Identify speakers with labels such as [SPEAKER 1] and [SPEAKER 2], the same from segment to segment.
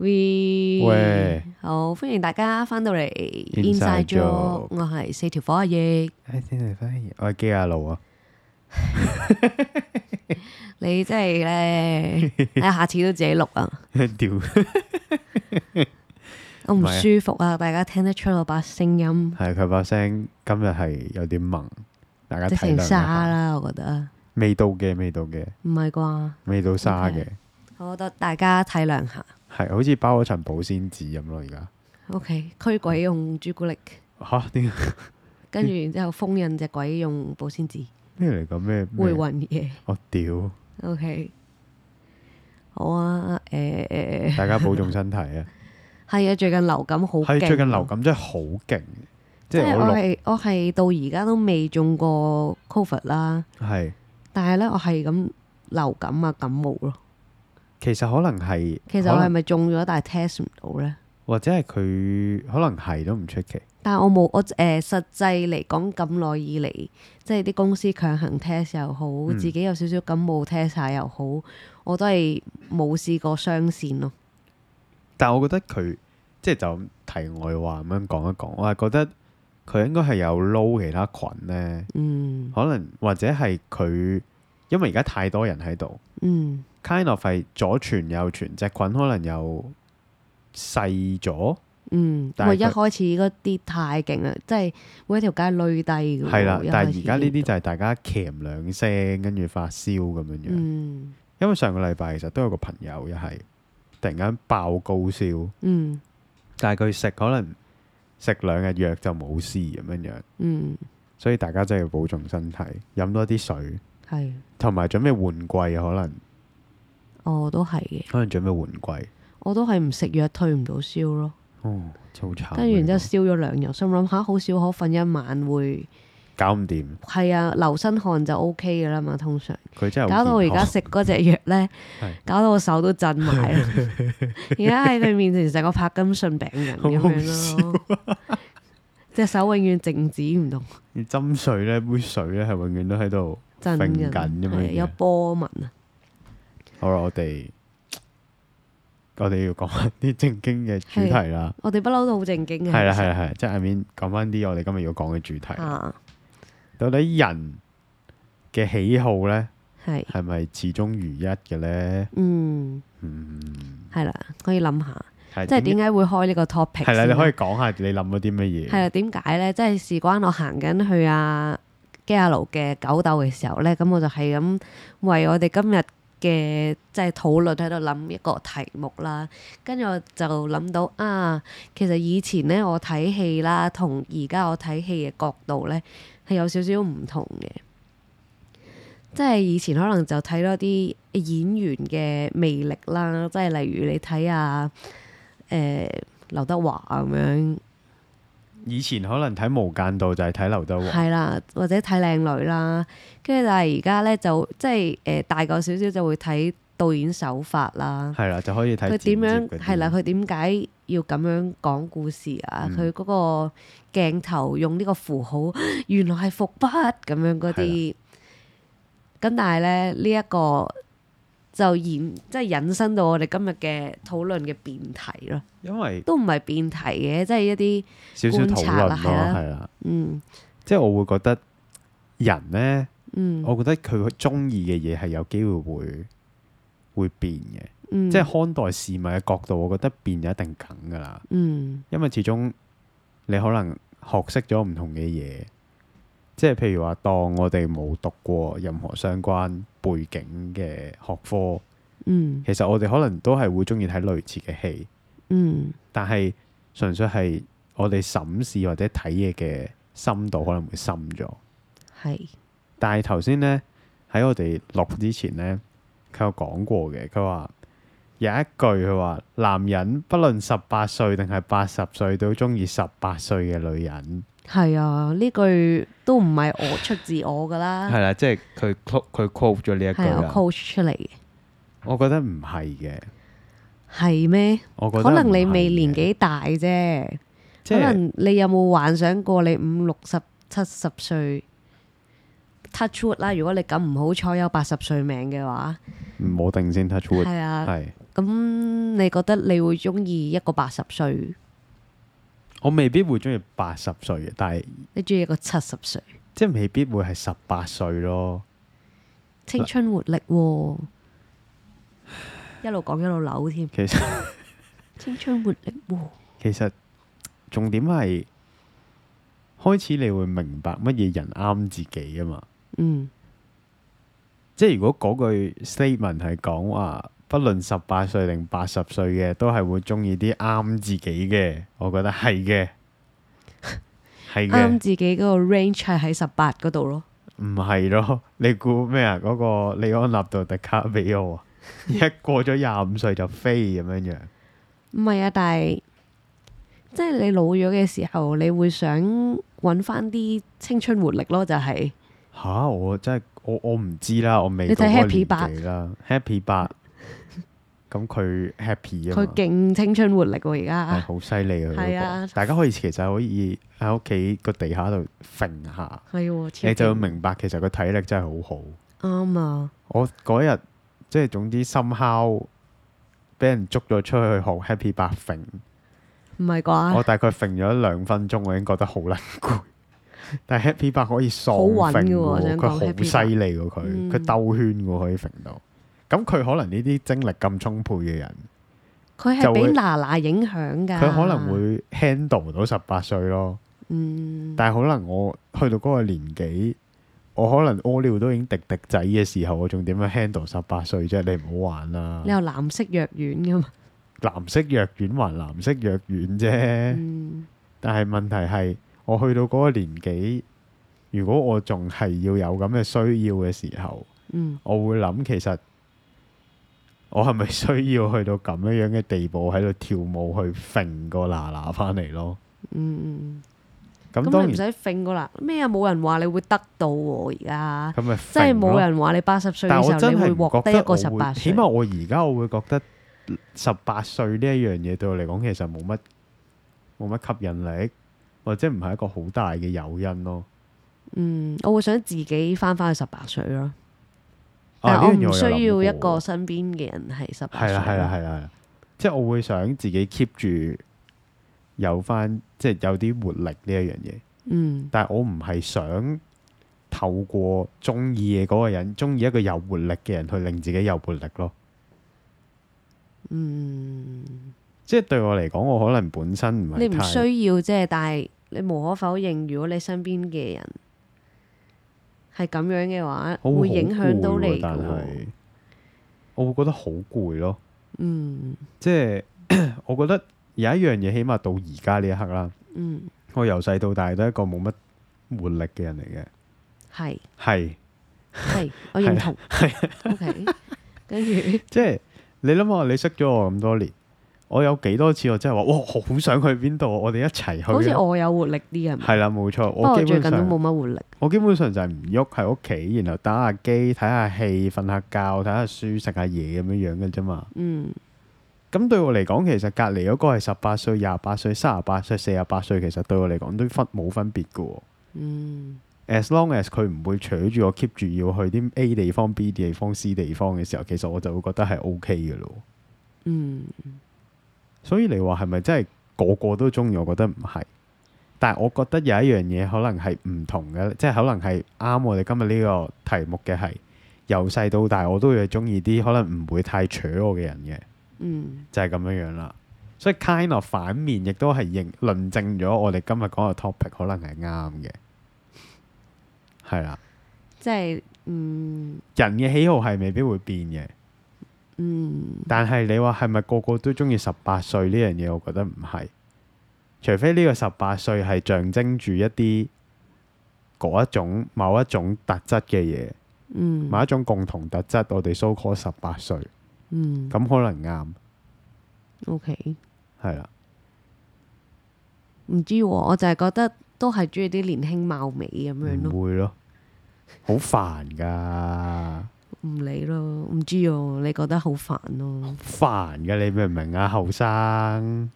[SPEAKER 1] We
[SPEAKER 2] 喂
[SPEAKER 1] 好，歡迎大家翻到嚟 Inside
[SPEAKER 2] Inside
[SPEAKER 1] Joke，
[SPEAKER 2] Joke
[SPEAKER 1] 我係四條火阿翼，
[SPEAKER 2] 哎，先嚟翻嘢，我係基亞路啊，
[SPEAKER 1] 你真係 咧，你下次都自己錄啊，
[SPEAKER 2] 屌，
[SPEAKER 1] 我唔
[SPEAKER 2] 唔係
[SPEAKER 1] 舒服啊，大家聽得出我把聲音
[SPEAKER 2] 係佢把聲今日係有啲萌，大家
[SPEAKER 1] 都
[SPEAKER 2] 體
[SPEAKER 1] 成
[SPEAKER 2] 諒一
[SPEAKER 1] 沙
[SPEAKER 2] 下。
[SPEAKER 1] 啦，我覺得
[SPEAKER 2] 未到嘅，未到嘅，
[SPEAKER 1] 唔係啩？
[SPEAKER 2] 未到沙嘅，
[SPEAKER 1] 我覺得大家體諒下
[SPEAKER 2] 係好似包咗層保鮮紙咁咯，而家
[SPEAKER 1] ，OK，驅鬼用朱古力，
[SPEAKER 2] 吓點解
[SPEAKER 1] 跟住然之後封印隻鬼用保鮮紙，
[SPEAKER 2] 咩嚟講咩？咩
[SPEAKER 1] 回魂夜
[SPEAKER 2] 我屌，
[SPEAKER 1] ，OK，好啊，誒、
[SPEAKER 2] 大家保重身體啊！
[SPEAKER 1] 係啊，最近流感 好勁
[SPEAKER 2] 係
[SPEAKER 1] 啊，
[SPEAKER 2] 最近流感真係好勁，
[SPEAKER 1] 即
[SPEAKER 2] 即係
[SPEAKER 1] 係
[SPEAKER 2] 我
[SPEAKER 1] 我
[SPEAKER 2] 錄
[SPEAKER 1] 係我係到而家都未中過 Covid 啦，
[SPEAKER 2] 係，
[SPEAKER 1] 但係咧我係咁流感啊感冒咯。
[SPEAKER 2] 其實可能係，
[SPEAKER 1] 其實
[SPEAKER 2] 可
[SPEAKER 1] 我係
[SPEAKER 2] 能
[SPEAKER 1] 咪中咗但係 test 唔到咧？
[SPEAKER 2] 或者係佢可能係都唔出奇，
[SPEAKER 1] 但係我冇我誒、呃、實際嚟講咁耐以嚟，即係啲公司強行 test 又好，
[SPEAKER 2] 嗯
[SPEAKER 1] 自己有少少感冒 test 下又好，我都係冇試過雙線咯。
[SPEAKER 2] 但我覺得佢即係就咁題外話咁樣講一講，我係覺得佢應該係有撈其他菌咧，
[SPEAKER 1] 嗯
[SPEAKER 2] 可能或者係佢因為而家太多人喺度
[SPEAKER 1] 嗯
[SPEAKER 2] ，kind of 係左傳右傳，隻菌可能又細咗，
[SPEAKER 1] 嗯，
[SPEAKER 2] 但係
[SPEAKER 1] 我一
[SPEAKER 2] 佢
[SPEAKER 1] 開始嗰啲太勁啦，即係每一條街累低㗎喎
[SPEAKER 2] 係啦
[SPEAKER 1] 一。
[SPEAKER 2] 但
[SPEAKER 1] 開
[SPEAKER 2] 係
[SPEAKER 1] 始
[SPEAKER 2] 而家呢啲
[SPEAKER 1] 見到
[SPEAKER 2] 就係大家鉗兩聲，跟住發燒咁樣樣。
[SPEAKER 1] 嗯
[SPEAKER 2] 因為上個禮拜其實都有個朋友又係突然間爆高燒，
[SPEAKER 1] 嗯
[SPEAKER 2] 但係佢食可能食兩日藥就冇事咁樣樣，
[SPEAKER 1] 嗯
[SPEAKER 2] 所以大家真係要保重身體，飲多啲水，
[SPEAKER 1] 係。
[SPEAKER 2] 同埋準備換季可能
[SPEAKER 1] 我哦都係嘅，
[SPEAKER 2] 可能準備換季，
[SPEAKER 1] 我都係唔食藥退唔到燒咯，
[SPEAKER 2] 哦，真係好慘啊。
[SPEAKER 1] 跟住然之後
[SPEAKER 2] 呢
[SPEAKER 1] 燒咗兩日，心諗下好少可瞓一晚會
[SPEAKER 2] 個搞唔掂，
[SPEAKER 1] 係啊，流身汗就 O K 噶啦嘛，通常
[SPEAKER 2] 佢真係好
[SPEAKER 1] 搞到我而家
[SPEAKER 2] 健康
[SPEAKER 1] 食嗰只藥咧
[SPEAKER 2] 係，
[SPEAKER 1] 搞到我手都震埋 啦，而家喺佢面前成個柏金遜病人咁樣咯，
[SPEAKER 2] 啊
[SPEAKER 1] 隻手永遠靜止唔動，
[SPEAKER 2] 你斟水咧，杯水咧係永遠都喺度。
[SPEAKER 1] 震
[SPEAKER 2] 揈
[SPEAKER 1] 緊
[SPEAKER 2] 緊咁樣
[SPEAKER 1] 係
[SPEAKER 2] 嘅
[SPEAKER 1] 有波紋啊，
[SPEAKER 2] 好啦，我哋我哋要講翻啲正經嘅主題啦，
[SPEAKER 1] 我哋不嬲都好正經嘅，
[SPEAKER 2] 係啦係啦係啦，即係 I mean 講翻啲我哋今日要講嘅主題啦。
[SPEAKER 1] 啊，
[SPEAKER 2] 到底人嘅喜好咧，
[SPEAKER 1] 係，
[SPEAKER 2] 係咪始終如一嘅咧？
[SPEAKER 1] 嗯，
[SPEAKER 2] 嗯，
[SPEAKER 1] 係啦，可以諗下，
[SPEAKER 2] 係
[SPEAKER 1] 即係點
[SPEAKER 2] 解？
[SPEAKER 1] 解會開呢個 topic？
[SPEAKER 2] 係啦，
[SPEAKER 1] 先
[SPEAKER 2] 你
[SPEAKER 1] 呢
[SPEAKER 2] 可以講下你諗咗啲乜
[SPEAKER 1] 係
[SPEAKER 2] 嘢？
[SPEAKER 1] 啊，點解咧？即係事關我行緊去啊基亞奴嘅狗竇嘅時候咧，咁我就係咁為我哋今日嘅即係討論喺度諗一個題目啦。跟住我就諗到啊，其實以前咧我睇戲啦，同而家我睇戲嘅角度咧係有少少唔同嘅。即係以前可能就睇多啲演員嘅魅力啦，即係例如你睇啊誒、劉德華咁樣。
[SPEAKER 2] 以前可能睇《無間道》就係睇劉德華，
[SPEAKER 1] 係啊啦，或者睇靚女啦，跟住但係而家咧就即係誒、呃大個少少就會睇導演手法啦，
[SPEAKER 2] 係啦，就可以睇
[SPEAKER 1] 佢點樣
[SPEAKER 2] 剪接嗰啲
[SPEAKER 1] 係啦，佢點解要咁樣講故事啊？
[SPEAKER 2] 嗯
[SPEAKER 1] 佢嗰、個鏡頭用呢個符號，原來係伏筆咁樣嗰啲。咁但係咧呢一、個就延即係引申到我哋今日嘅討論嘅辯題咯，
[SPEAKER 2] 因為
[SPEAKER 1] 都唔係辯題嘅，即係一啲
[SPEAKER 2] 少少討
[SPEAKER 1] 觀察
[SPEAKER 2] 論
[SPEAKER 1] 啦
[SPEAKER 2] 咯，
[SPEAKER 1] 係啦
[SPEAKER 2] 係啦，
[SPEAKER 1] 嗯
[SPEAKER 2] 即係我會覺得人咧，
[SPEAKER 1] 嗯
[SPEAKER 2] 我覺得佢中意嘅嘢係有機會會會變嘅，
[SPEAKER 1] 嗯，
[SPEAKER 2] 即係看待事物嘅角度，我覺得變就一定梗噶啦。
[SPEAKER 1] 嗯
[SPEAKER 2] 因為始終你可能學識咗唔同嘅嘢，即係譬如話當我哋冇讀過任何相關背景嘅學科，
[SPEAKER 1] 嗯
[SPEAKER 2] 其實我哋可能都係會中意睇類似嘅戲，
[SPEAKER 1] 嗯。
[SPEAKER 2] 但係純粹係我哋審視或者睇嘢嘅深度可能會深咗。
[SPEAKER 1] 係，
[SPEAKER 2] 但係頭先呢，喺我哋錄之前呢，佢有講過嘅，佢話有一句佢話男人不論十八歲定係八十歲都中意十八歲嘅女人，
[SPEAKER 1] 係啊，呢句都唔係我出自我噶啦，
[SPEAKER 2] 係啦，即係佢 quote 佢 quote 咗呢一句
[SPEAKER 1] 啊
[SPEAKER 2] 啊
[SPEAKER 1] 係我啊
[SPEAKER 2] 啦。
[SPEAKER 1] coach 出嚟嘅，
[SPEAKER 2] 我覺得唔係嘅，
[SPEAKER 1] 係咩？
[SPEAKER 2] 我覺得
[SPEAKER 1] 可能你未
[SPEAKER 2] 唔係嘅
[SPEAKER 1] 年，紀大啫，
[SPEAKER 2] 即
[SPEAKER 1] 可
[SPEAKER 2] 係
[SPEAKER 1] 能你有冇幻想過你五六十、七十歲 touch wood 啦？如果你咁唔好彩有八十歲命嘅話，
[SPEAKER 2] 唔好定先 touch wood，
[SPEAKER 1] 係啊，
[SPEAKER 2] 係
[SPEAKER 1] 咁你覺得你會中意一個八十歲，
[SPEAKER 2] 我未必會中意八十歲嘅，但係
[SPEAKER 1] 你中意一個七十歲？
[SPEAKER 2] 即係未必會係十八歲咯。
[SPEAKER 1] 青春活力
[SPEAKER 2] 啊
[SPEAKER 1] 喎、一路講一路扭添。
[SPEAKER 2] 其實
[SPEAKER 1] 青春活力喎、
[SPEAKER 2] 其實重點係開始你會明白乜嘢人啱自己啊嘛。
[SPEAKER 1] 嗯
[SPEAKER 2] 即係如果嗰句 statement 係講話，不論十八歲定八十歲嘅，都係會中意啲啱自己嘅，我覺得係嘅，係
[SPEAKER 1] 啱
[SPEAKER 2] 嘅，
[SPEAKER 1] 自己嗰個 range 係喺十八嗰度咯。
[SPEAKER 2] 唔係咯？你估咩啊？嗰、個李安納度特卡比奧啊，一過咗廿五歲就飛咁樣樣，
[SPEAKER 1] 唔係啊，但係即係你老咗嘅時候，你會想揾翻啲青春活力咯，就係、
[SPEAKER 2] 吓、我真係我我唔知啦，我未
[SPEAKER 1] 你
[SPEAKER 2] 到
[SPEAKER 1] 睇
[SPEAKER 2] 嗰個
[SPEAKER 1] Happy
[SPEAKER 2] 年
[SPEAKER 1] 八
[SPEAKER 2] 紀啦，Happy 八，咁佢 happy 啊
[SPEAKER 1] 佢
[SPEAKER 2] 嘛。
[SPEAKER 1] 勁青春活力喎、而
[SPEAKER 2] 係
[SPEAKER 1] 家
[SPEAKER 2] 好犀利啊！
[SPEAKER 1] 係
[SPEAKER 2] 佢
[SPEAKER 1] 啊
[SPEAKER 2] 嗰個大家可以其實可以喺屋企個地下度揈下，
[SPEAKER 1] 係喎，超
[SPEAKER 2] 你就會
[SPEAKER 1] 勁
[SPEAKER 2] 明白其實個體力真係好好。
[SPEAKER 1] 啱啊！
[SPEAKER 2] 我嗰日即係總之深烤，俾人捉咗出去學 Happy 白揈，
[SPEAKER 1] 唔係啩
[SPEAKER 2] 我？大概揈咗兩分鐘，我已經覺得好撚 攰。但係 Happy 白可以喪
[SPEAKER 1] 好穩
[SPEAKER 2] 揈
[SPEAKER 1] 㗎喎
[SPEAKER 2] 喎，
[SPEAKER 1] 想
[SPEAKER 2] 佢
[SPEAKER 1] 講
[SPEAKER 2] 好
[SPEAKER 1] Happy
[SPEAKER 2] 犀利喎，佢
[SPEAKER 1] 嗯
[SPEAKER 2] 佢兜圈喎可以揈到。咁佢可能呢啲精力咁充沛嘅人，
[SPEAKER 1] 佢係
[SPEAKER 2] 就
[SPEAKER 1] 俾
[SPEAKER 2] 會
[SPEAKER 1] 嗱嗱影響㗎。
[SPEAKER 2] 佢可能會 handle 到十八歲咯。
[SPEAKER 1] 啊嗯
[SPEAKER 2] 但係可能我去到嗰個年紀，我可能屙尿都已經滴滴仔嘅時候，我仲點樣 handle 十八歲啫？你唔好玩啦
[SPEAKER 1] 你！有藍色藥丸㗎 嘛？
[SPEAKER 2] 藍色藥丸還藍色藥丸啫，
[SPEAKER 1] 嗯，
[SPEAKER 2] 但係問題係我去到嗰個年紀，如果我仲係要有咁嘅需要嘅時候，
[SPEAKER 1] 嗯
[SPEAKER 2] 我會諗其實我係咪需要去到咁樣樣嘅地步喺度跳舞去揈個嗱嗱翻嚟咯？
[SPEAKER 1] 嗯嗯，
[SPEAKER 2] 咁
[SPEAKER 1] 咁
[SPEAKER 2] 當
[SPEAKER 1] 你唔使
[SPEAKER 2] 然
[SPEAKER 1] 揈㗎啦。咩啊？冇人話你會得到喎，而家
[SPEAKER 2] 咁咪
[SPEAKER 1] 即係
[SPEAKER 2] 揈咯
[SPEAKER 1] 冇人話你八十歲
[SPEAKER 2] 但
[SPEAKER 1] 嘅
[SPEAKER 2] 我
[SPEAKER 1] 時候
[SPEAKER 2] 真
[SPEAKER 1] 你
[SPEAKER 2] 係
[SPEAKER 1] 會
[SPEAKER 2] 唔
[SPEAKER 1] 獲
[SPEAKER 2] 覺
[SPEAKER 1] 得
[SPEAKER 2] 得
[SPEAKER 1] 一個
[SPEAKER 2] 我
[SPEAKER 1] 十
[SPEAKER 2] 會
[SPEAKER 1] 八歲。
[SPEAKER 2] 起碼我而家我會覺得十八歲呢一樣嘢對我嚟講其實冇乜冇乜吸引力，或者唔係一個好大嘅誘因咯。
[SPEAKER 1] 嗯，我會想自己翻返去十八歲咯，但
[SPEAKER 2] 啊，
[SPEAKER 1] 係我
[SPEAKER 2] 呢樣
[SPEAKER 1] 唔
[SPEAKER 2] 嘢諗
[SPEAKER 1] 需要一
[SPEAKER 2] 過
[SPEAKER 1] 個身邊嘅人係十八
[SPEAKER 2] 係
[SPEAKER 1] 歲。
[SPEAKER 2] 啦係啦係啦係啦，即係我會想自己 keep 住有翻即係有啲活力呢一樣嘢，
[SPEAKER 1] 嗯
[SPEAKER 2] 但係我唔係想透過中意嘅嗰個人，中意一個有活力嘅人去令自己有活力咯。
[SPEAKER 1] 嗯，
[SPEAKER 2] 即係對我嚟講，我可能本身唔
[SPEAKER 1] 你
[SPEAKER 2] 係
[SPEAKER 1] 唔
[SPEAKER 2] 太
[SPEAKER 1] 需要啫，但係你無可否認，如果你身邊嘅人係咁樣嘅話，
[SPEAKER 2] 我
[SPEAKER 1] 會
[SPEAKER 2] 好
[SPEAKER 1] 影響到
[SPEAKER 2] 攰喎
[SPEAKER 1] 你
[SPEAKER 2] 但
[SPEAKER 1] 㗎喎
[SPEAKER 2] 係我會覺得好攰咯。
[SPEAKER 1] 嗯
[SPEAKER 2] 即係 我覺得有一樣嘢，起碼到而家呢一刻啦，
[SPEAKER 1] 嗯，
[SPEAKER 2] 我由細到大都係一個冇乜活力嘅人嚟嘅，
[SPEAKER 1] 係
[SPEAKER 2] 係
[SPEAKER 1] 係，我
[SPEAKER 2] 係啊
[SPEAKER 1] 認
[SPEAKER 2] 啦
[SPEAKER 1] 同。OK，跟 住
[SPEAKER 2] 即係你諗下，你識咗我咁多年，我有幾多次我真係話，哇，好想去邊度，我哋一齊
[SPEAKER 1] 好
[SPEAKER 2] 去
[SPEAKER 1] 似
[SPEAKER 2] 啊。
[SPEAKER 1] 我有活力啲係咪？
[SPEAKER 2] 係啦，冇錯，
[SPEAKER 1] 不過
[SPEAKER 2] 我
[SPEAKER 1] 我
[SPEAKER 2] 基
[SPEAKER 1] 最
[SPEAKER 2] 本
[SPEAKER 1] 近都
[SPEAKER 2] 上
[SPEAKER 1] 冇乜活力。
[SPEAKER 2] 我基本上就係唔喐喺屋企，然後打下機、睇下戲、瞓下覺、睇下書、食下嘢咁樣樣嘅啫嘛。
[SPEAKER 1] 嗯
[SPEAKER 2] 咁對我嚟講，其實隔離嗰個係十八歲、廿八歲、三十八歲、四十八歲，其實對我嚟講都分冇分別嘅喎。
[SPEAKER 1] 嗯
[SPEAKER 2] As long as 佢唔會扯住我 keep 住要去啲 A 地方、B 地方、C 地方嘅時候，其實我就會覺得係 O K 嘅咯。
[SPEAKER 1] 嗯
[SPEAKER 2] 所以你話係咪真係個個都中意？我覺得唔係，但係我覺得有一樣嘢可能係唔同嘅，即係可能係啱我哋今日呢個題目嘅係由細到大我都會中意啲可能唔會太扯我嘅人嘅。
[SPEAKER 1] 嗯
[SPEAKER 2] 就係咁樣樣啦。所以 kind of 反面亦都係認論證咗我哋今日講嘅 topic 可能係啱嘅，係啦。
[SPEAKER 1] 即係嗯
[SPEAKER 2] 人嘅喜好係未必會變嘅，
[SPEAKER 1] 嗯
[SPEAKER 2] 但係你話係咪個個都中意十八歲呢樣嘢？我覺得唔係，除非呢個十八歲係象徵住一啲嗰一種某一種特質嘅嘢，
[SPEAKER 1] 嗯
[SPEAKER 2] 某一種共同特質，我哋 so call 十八歲，
[SPEAKER 1] 嗯
[SPEAKER 2] 咁可能啱，
[SPEAKER 1] OK，
[SPEAKER 2] 係啦。
[SPEAKER 1] 唔知喎，我就係覺得都係中意啲年輕貌美咁樣咯，
[SPEAKER 2] 唔會咯，好煩㗎。
[SPEAKER 1] 唔理咯，唔知嗯喎，你覺得好煩咯，
[SPEAKER 2] 煩嘅，你明唔明啊？後生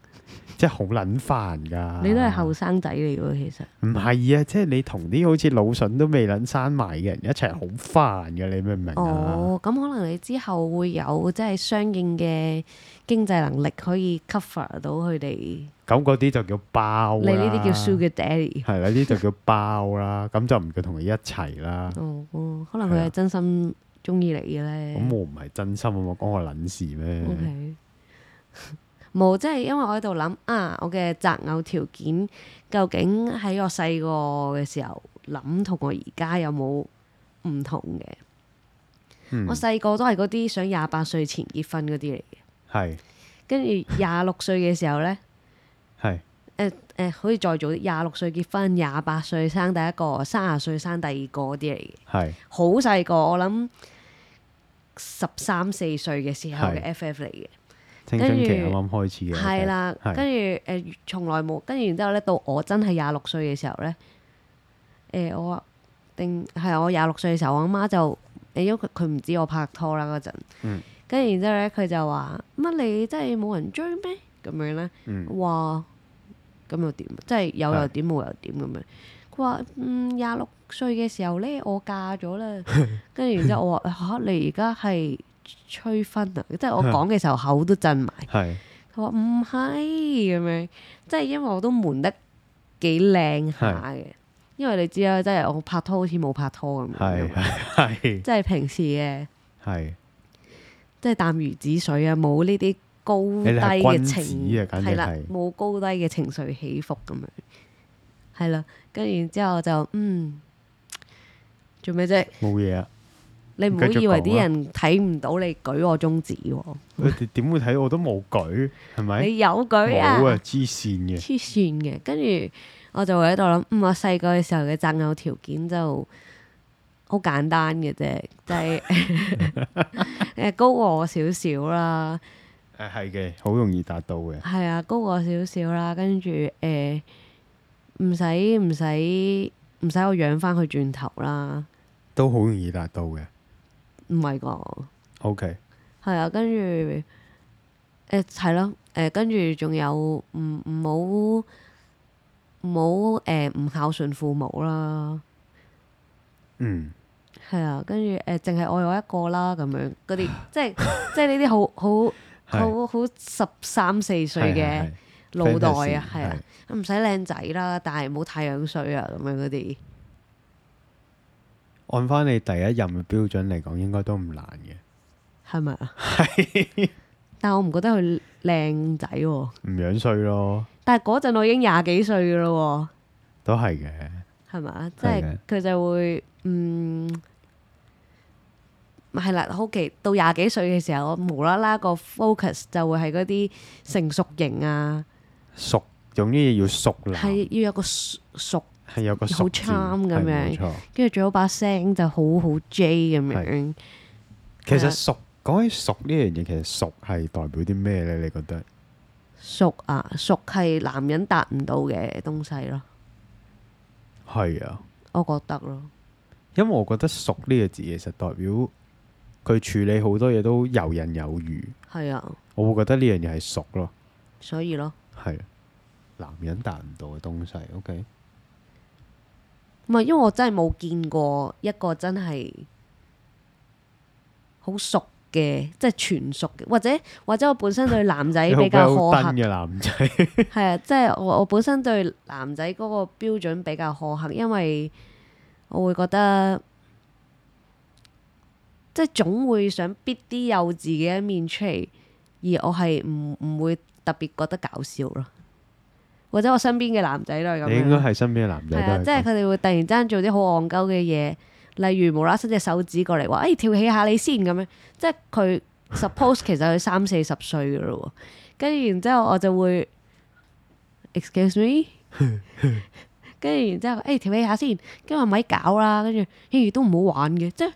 [SPEAKER 2] 即係好撚煩㗎。
[SPEAKER 1] 你都係後生仔嚟喎，其實
[SPEAKER 2] 唔係啊，即係你同啲好似腦筍都未撚生埋嘅人一齊，好煩㗎，你明唔明啊？
[SPEAKER 1] 哦，咁可能你之後會有即係相應嘅經濟能力可以 cover 到佢哋。
[SPEAKER 2] 咁嗰啲就叫包
[SPEAKER 1] 你呢啲叫
[SPEAKER 2] g
[SPEAKER 1] sugar daddy。
[SPEAKER 2] 係啦，呢就叫包啦，咁就唔叫同佢一齊啦。
[SPEAKER 1] 哦，哦可能
[SPEAKER 2] 係
[SPEAKER 1] 佢
[SPEAKER 2] 啊
[SPEAKER 1] 係真心中意你嘅咧。
[SPEAKER 2] 咁我唔係真心啊，我講我撚事咩？
[SPEAKER 1] O K，冇，即係因為我喺度諗啊，我嘅擇偶條件究竟喺我細個嘅時候諗同我而家有冇唔同嘅？
[SPEAKER 2] 嗯
[SPEAKER 1] 我細個都係嗰啲想廿八歲前結婚嗰啲嚟嘅，
[SPEAKER 2] 係
[SPEAKER 1] 跟住廿六歲嘅時候呢，
[SPEAKER 2] 係
[SPEAKER 1] 誒、誒，可以再早啲，廿六歲結婚，廿八歲生第一個，三十歲生第二個嗰啲嚟嘅，
[SPEAKER 2] 係
[SPEAKER 1] 好細個，我諗十三四歲嘅時候嘅
[SPEAKER 2] 係
[SPEAKER 1] F F 嚟嘅。
[SPEAKER 2] 青春期啱
[SPEAKER 1] 跟住
[SPEAKER 2] 啱開始嘅。
[SPEAKER 1] 係啦，
[SPEAKER 2] 係
[SPEAKER 1] 跟住誒，從來冇，跟住然之後咧，到我真係廿六歲嘅時候咧，誒、我啊定係我廿六歲嘅時候，我阿媽就誒，因為佢佢唔知我拍拖啦嗰陣
[SPEAKER 2] 嗯，
[SPEAKER 1] 跟住然之後咧，佢就話乜你真係冇人追咩？咁樣咧，
[SPEAKER 2] 嗯
[SPEAKER 1] 哇，咁又點？即係有
[SPEAKER 2] 係
[SPEAKER 1] 又點，冇又點咁樣。佢話嗯廿六歲嘅時候咧，我嫁咗 啦，跟住然之後我話 嚇你而家係催婚啊！即 係我講嘅時候口都震埋。
[SPEAKER 2] 係
[SPEAKER 1] 佢話唔係咁樣，即係因為我都瞞得幾靚下嘅，因為你知啦，即係我拍拖好似冇拍拖咁樣
[SPEAKER 2] 係
[SPEAKER 1] 㗎嘛，
[SPEAKER 2] 係
[SPEAKER 1] 即係平時嘅
[SPEAKER 2] 係，
[SPEAKER 1] 即係淡如止水啊，冇呢啲高低嘅
[SPEAKER 2] 你
[SPEAKER 1] 情
[SPEAKER 2] 係君子啊簡直係
[SPEAKER 1] 啦，冇高低嘅情緒起伏咁樣，係啦，跟住然之後就嗯做咩啫？
[SPEAKER 2] 冇嘢啊！
[SPEAKER 1] 你唔好
[SPEAKER 2] 繼續
[SPEAKER 1] 以為
[SPEAKER 2] 講啊
[SPEAKER 1] 啲
[SPEAKER 2] 啦
[SPEAKER 1] 人睇唔到你舉我中指喎，
[SPEAKER 2] 佢哋點會睇我都冇舉，係咪？
[SPEAKER 1] 你有舉
[SPEAKER 2] 冇啊，黐線嘅，
[SPEAKER 1] 黐線嘅，跟住我就會喺度諗，嗯，我細個嘅時候嘅擇偶條件就好簡單嘅啫，就係誒高過我少少啦，
[SPEAKER 2] 誒係嘅，好容易達到嘅，
[SPEAKER 1] 係啊，高過我少少啦，跟住誒唔使唔使唔使我養翻佢轉頭啦，
[SPEAKER 2] 都好容易達到嘅。
[SPEAKER 1] 唔係個
[SPEAKER 2] OK，
[SPEAKER 1] 係啊，跟住誒係咯，誒跟住仲有唔唔好。唔好誒唔孝順父母啦，
[SPEAKER 2] 嗯，
[SPEAKER 1] 係啊，跟住誒，淨係愛我一個啦，咁樣嗰 啲，即係即係呢啲好好
[SPEAKER 2] 係
[SPEAKER 1] 好好十三四歲
[SPEAKER 2] 係
[SPEAKER 1] 嘅
[SPEAKER 2] 係
[SPEAKER 1] 腦袋
[SPEAKER 2] fantasy，
[SPEAKER 1] 啊，係啊，唔使靚仔啦，但係冇太樣衰啊，咁樣嗰啲，
[SPEAKER 2] 按翻你第一任嘅標準嚟講，應該都唔難嘅，
[SPEAKER 1] 係咪啊？但我唔覺得佢靚仔喎，
[SPEAKER 2] 唔樣衰咯，
[SPEAKER 1] 但係嗰陣我已經廿幾歲噶咯
[SPEAKER 2] 都係嘅，
[SPEAKER 1] 喎，係咪啊？即
[SPEAKER 2] 係嘅
[SPEAKER 1] 係佢就會嗯。係啦，好奇到廿幾歲嘅時候，我無啦啦個 focus 就會係嗰啲成熟型啊，
[SPEAKER 2] 熟，總之要熟男，
[SPEAKER 1] 係要有個熟熟，
[SPEAKER 2] 係有個熟
[SPEAKER 1] 好
[SPEAKER 2] 字
[SPEAKER 1] charm 咁
[SPEAKER 2] 係
[SPEAKER 1] 樣啊
[SPEAKER 2] 冇錯。
[SPEAKER 1] 跟住最好把聲就好好 J 咁樣。
[SPEAKER 2] 其
[SPEAKER 1] 係啊
[SPEAKER 2] 實熟講起熟呢樣嘢，其實熟係代表啲咩咧？你覺得？
[SPEAKER 1] 熟啊，熟係男人達唔到嘅東西咯，
[SPEAKER 2] 係啊。
[SPEAKER 1] 我覺得咯。
[SPEAKER 2] 因為我覺得熟呢個字其實代表佢處理好多嘢都游刃有餘，
[SPEAKER 1] 係啊，
[SPEAKER 2] 我會覺得呢樣嘢係熟咯，
[SPEAKER 1] 所以咯，
[SPEAKER 2] 係男人達唔到嘅東西。OK，
[SPEAKER 1] 唔係因為我真係冇見過一個真係好熟嘅，即係全熟嘅，或者或者我本身對男 仔比較苛刻
[SPEAKER 2] 登，嘅男仔，
[SPEAKER 1] 係啊，即係我我本身對男仔嗰個標準比較苛刻，因為我會覺得即係總會想逼啲幼稚嘅一面出嚟，而我係唔唔會特別覺得搞笑咯，或者我身邊嘅男仔都係咁
[SPEAKER 2] 你應該
[SPEAKER 1] 樣，
[SPEAKER 2] 係身邊嘅男仔
[SPEAKER 1] 係啊，
[SPEAKER 2] 都
[SPEAKER 1] 即係
[SPEAKER 2] 係咁。
[SPEAKER 1] 佢哋會突然之間做啲好戇鳩嘅嘢，例如無啦啦伸隻手指過嚟 話，誒、哎跳起下你先咁樣，即係佢 suppose 其實佢三四十歲噶咯喎，跟住然之後我就會 excuse me，跟住然之後誒、跳起下先，跟住話咪搞啦，跟住咦都唔好玩嘅，即係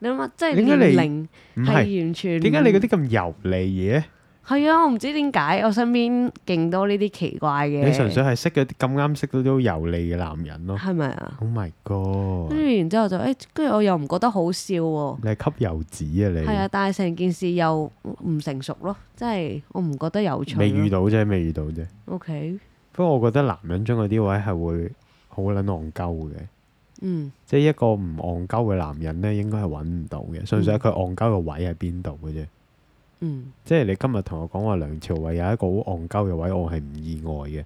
[SPEAKER 1] 你諗下，即係
[SPEAKER 2] 點解你
[SPEAKER 1] 年齡
[SPEAKER 2] 唔係
[SPEAKER 1] 係完全
[SPEAKER 2] 點解你嗰啲咁油膩嘢？
[SPEAKER 1] 係啊，我唔知點解我身邊勁多呢啲奇怪嘅，
[SPEAKER 2] 你純粹係識嗰啲咁啱識到啲好油膩嘅男人咯。
[SPEAKER 1] 係咪啊？嗯
[SPEAKER 2] Oh my
[SPEAKER 1] 跟
[SPEAKER 2] god！
[SPEAKER 1] 住然之後就誒，跟、住我又唔覺得好笑喎、
[SPEAKER 2] 你係吸油脂
[SPEAKER 1] 係
[SPEAKER 2] 啊
[SPEAKER 1] 啊，但係成件事又唔成熟咯，即係我唔覺得有趣
[SPEAKER 2] 你，
[SPEAKER 1] 咯。
[SPEAKER 2] 未遇到啫，未遇到啫。
[SPEAKER 1] O K，
[SPEAKER 2] 不過我覺得男人中嗰啲位係會好撚戇鳩嘅，
[SPEAKER 1] 嗯，
[SPEAKER 2] 即係一個唔戇鳩嘅男人咧，應該係揾唔到嘅。純粹係佢戇鳩嘅位喺邊度嘅啫。
[SPEAKER 1] 嗯，
[SPEAKER 2] 即係你今日同我講話梁朝偉有一個好戇鳩嘅位，我係唔意外嘅。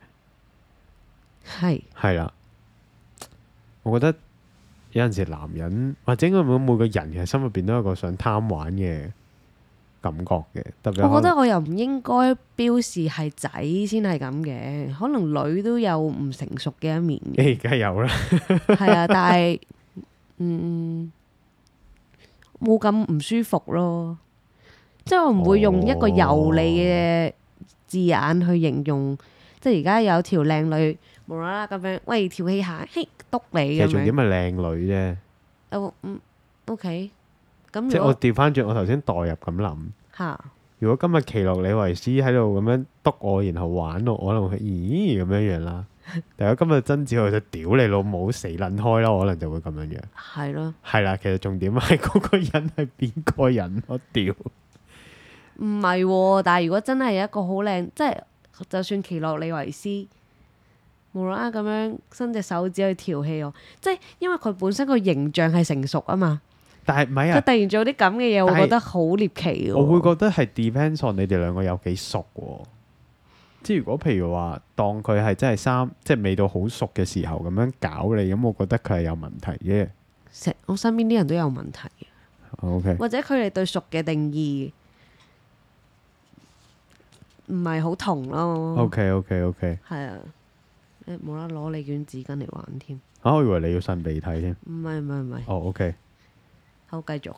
[SPEAKER 1] 係，
[SPEAKER 2] 係啦，我覺得有陣時男人或者應該每每個人其實心入邊都有一個想貪玩嘅感覺嘅，特別
[SPEAKER 1] 我覺
[SPEAKER 2] 可
[SPEAKER 1] 得
[SPEAKER 2] 能
[SPEAKER 1] 我又唔應該標示係仔先係咁嘅，可能女都有唔成熟嘅一面嘅，
[SPEAKER 2] 誒梗係有啦，
[SPEAKER 1] 係啊，但係嗯冇咁唔舒服咯，即係我唔會用一個油膩嘅字眼去形容，即係而家有條靚女無啦啦咁樣，喂調戲下，嘿篤
[SPEAKER 2] 其
[SPEAKER 1] 你咁
[SPEAKER 2] 實重點
[SPEAKER 1] 樣，
[SPEAKER 2] 係靚女啫，
[SPEAKER 1] 哦嗯 OK，咁
[SPEAKER 2] 即
[SPEAKER 1] 如
[SPEAKER 2] 係我
[SPEAKER 1] 果
[SPEAKER 2] 調翻轉我頭先代入咁諗，
[SPEAKER 1] 嚇
[SPEAKER 2] 如果今日奇洛李維斯喺度咁樣督我，然後玩我，我可能會咦咁樣 樣啦。但係如果今日曾志豪就屌你老母死撚開啦，我可能就會咁樣樣。
[SPEAKER 1] 係咯。
[SPEAKER 2] 係啦，其實重點係嗰個人係邊個人咯，屌！
[SPEAKER 1] 唔係喎，但係如果真係有一個好靚，即係就算奇洛李維斯無啦啦咁樣伸隻手指去調戲我，即係因為佢本身個形象係成熟啊嘛，
[SPEAKER 2] 但係唔
[SPEAKER 1] 佢
[SPEAKER 2] 係啊？
[SPEAKER 1] 突然做啲咁嘅嘢，我
[SPEAKER 2] 但係
[SPEAKER 1] 覺得好獵奇喎。
[SPEAKER 2] 我會覺得係 depends on 你哋兩個有幾熟喎。即係如果譬如話，當佢係真係三，即係未到好熟嘅時候咁樣搞你，咁我覺得佢係有問題嘅。
[SPEAKER 1] 成我身邊啲人都有問題，
[SPEAKER 2] OK，
[SPEAKER 1] 或者佢哋對熟嘅定義唔係好同咯。
[SPEAKER 2] OK，OK，OK。
[SPEAKER 1] 係啊，誒無啦啦攞你卷紙巾嚟玩添，
[SPEAKER 2] 啊，我以為你要擤鼻涕添。
[SPEAKER 1] 唔係唔係唔係，
[SPEAKER 2] 哦，OK，
[SPEAKER 1] 好繼續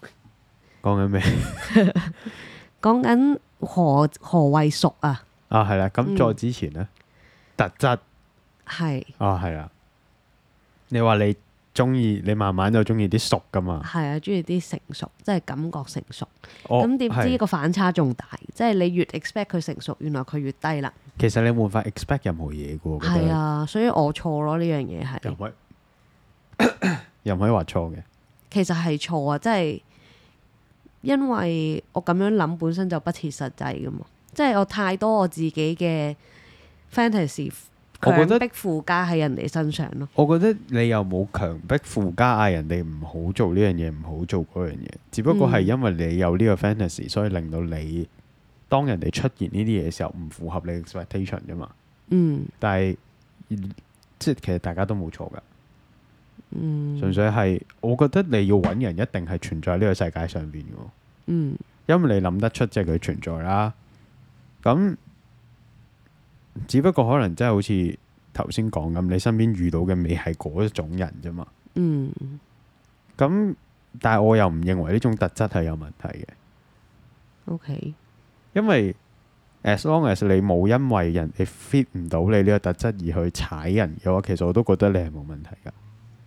[SPEAKER 2] 講緊咩
[SPEAKER 1] 講緊何何謂熟啊？
[SPEAKER 2] 啊？係啦，咁
[SPEAKER 1] 嗯
[SPEAKER 2] 再之前呢，特質
[SPEAKER 1] 係
[SPEAKER 2] 啊，係啦。你話你中意，你慢慢就中意啲熟噶嘛？
[SPEAKER 1] 係啊，中意啲成熟，即係感覺成熟。
[SPEAKER 2] 我
[SPEAKER 1] 咁點知
[SPEAKER 2] 哦係
[SPEAKER 1] 個反差仲大？即係你越 expect 佢成熟，原來佢越低啦。
[SPEAKER 2] 其實你冇法 expect 任何嘢嘅喎。我覺得
[SPEAKER 1] 係，啊，所以我錯咯，呢樣嘢
[SPEAKER 2] 又唔
[SPEAKER 1] 係
[SPEAKER 2] 可以又唔可以話錯嘅。
[SPEAKER 1] 其實係錯啊！即係因為我咁樣諗本身就不切實際噶嘛，即係我太多我自己嘅 fantasy
[SPEAKER 2] 我覺
[SPEAKER 1] 強
[SPEAKER 2] 得
[SPEAKER 1] 迫附加喺人哋身上咯。
[SPEAKER 2] 我覺得你又冇強迫附加嗌人哋唔好做呢樣嘢，唔好做嗰樣嘢，只不過係
[SPEAKER 1] 嗯
[SPEAKER 2] 因為你有呢個 fantasy，所以令到你當人哋出現呢啲嘢嘅時候唔符合你 expectation 啫嘛。
[SPEAKER 1] 嗯
[SPEAKER 2] 但係即係其實大家都冇錯㗎，純
[SPEAKER 1] 嗯
[SPEAKER 2] 粹係我覺得你要揾人一定係存在喺呢個世界上邊嘅喎，
[SPEAKER 1] 嗯，
[SPEAKER 2] 因為你諗得出即係佢存在啦。咁只不過可能真係好似頭先講咁，你身邊遇到嘅未係嗰一種人啫嘛。
[SPEAKER 1] 嗯
[SPEAKER 2] 咁但係我又唔認為呢種特質係有問題嘅，
[SPEAKER 1] ，OK，
[SPEAKER 2] 因為 as long as 你冇因為人哋 fit 唔到你呢個特質而去踩人嘅話，其實我都覺得你係冇問題㗎。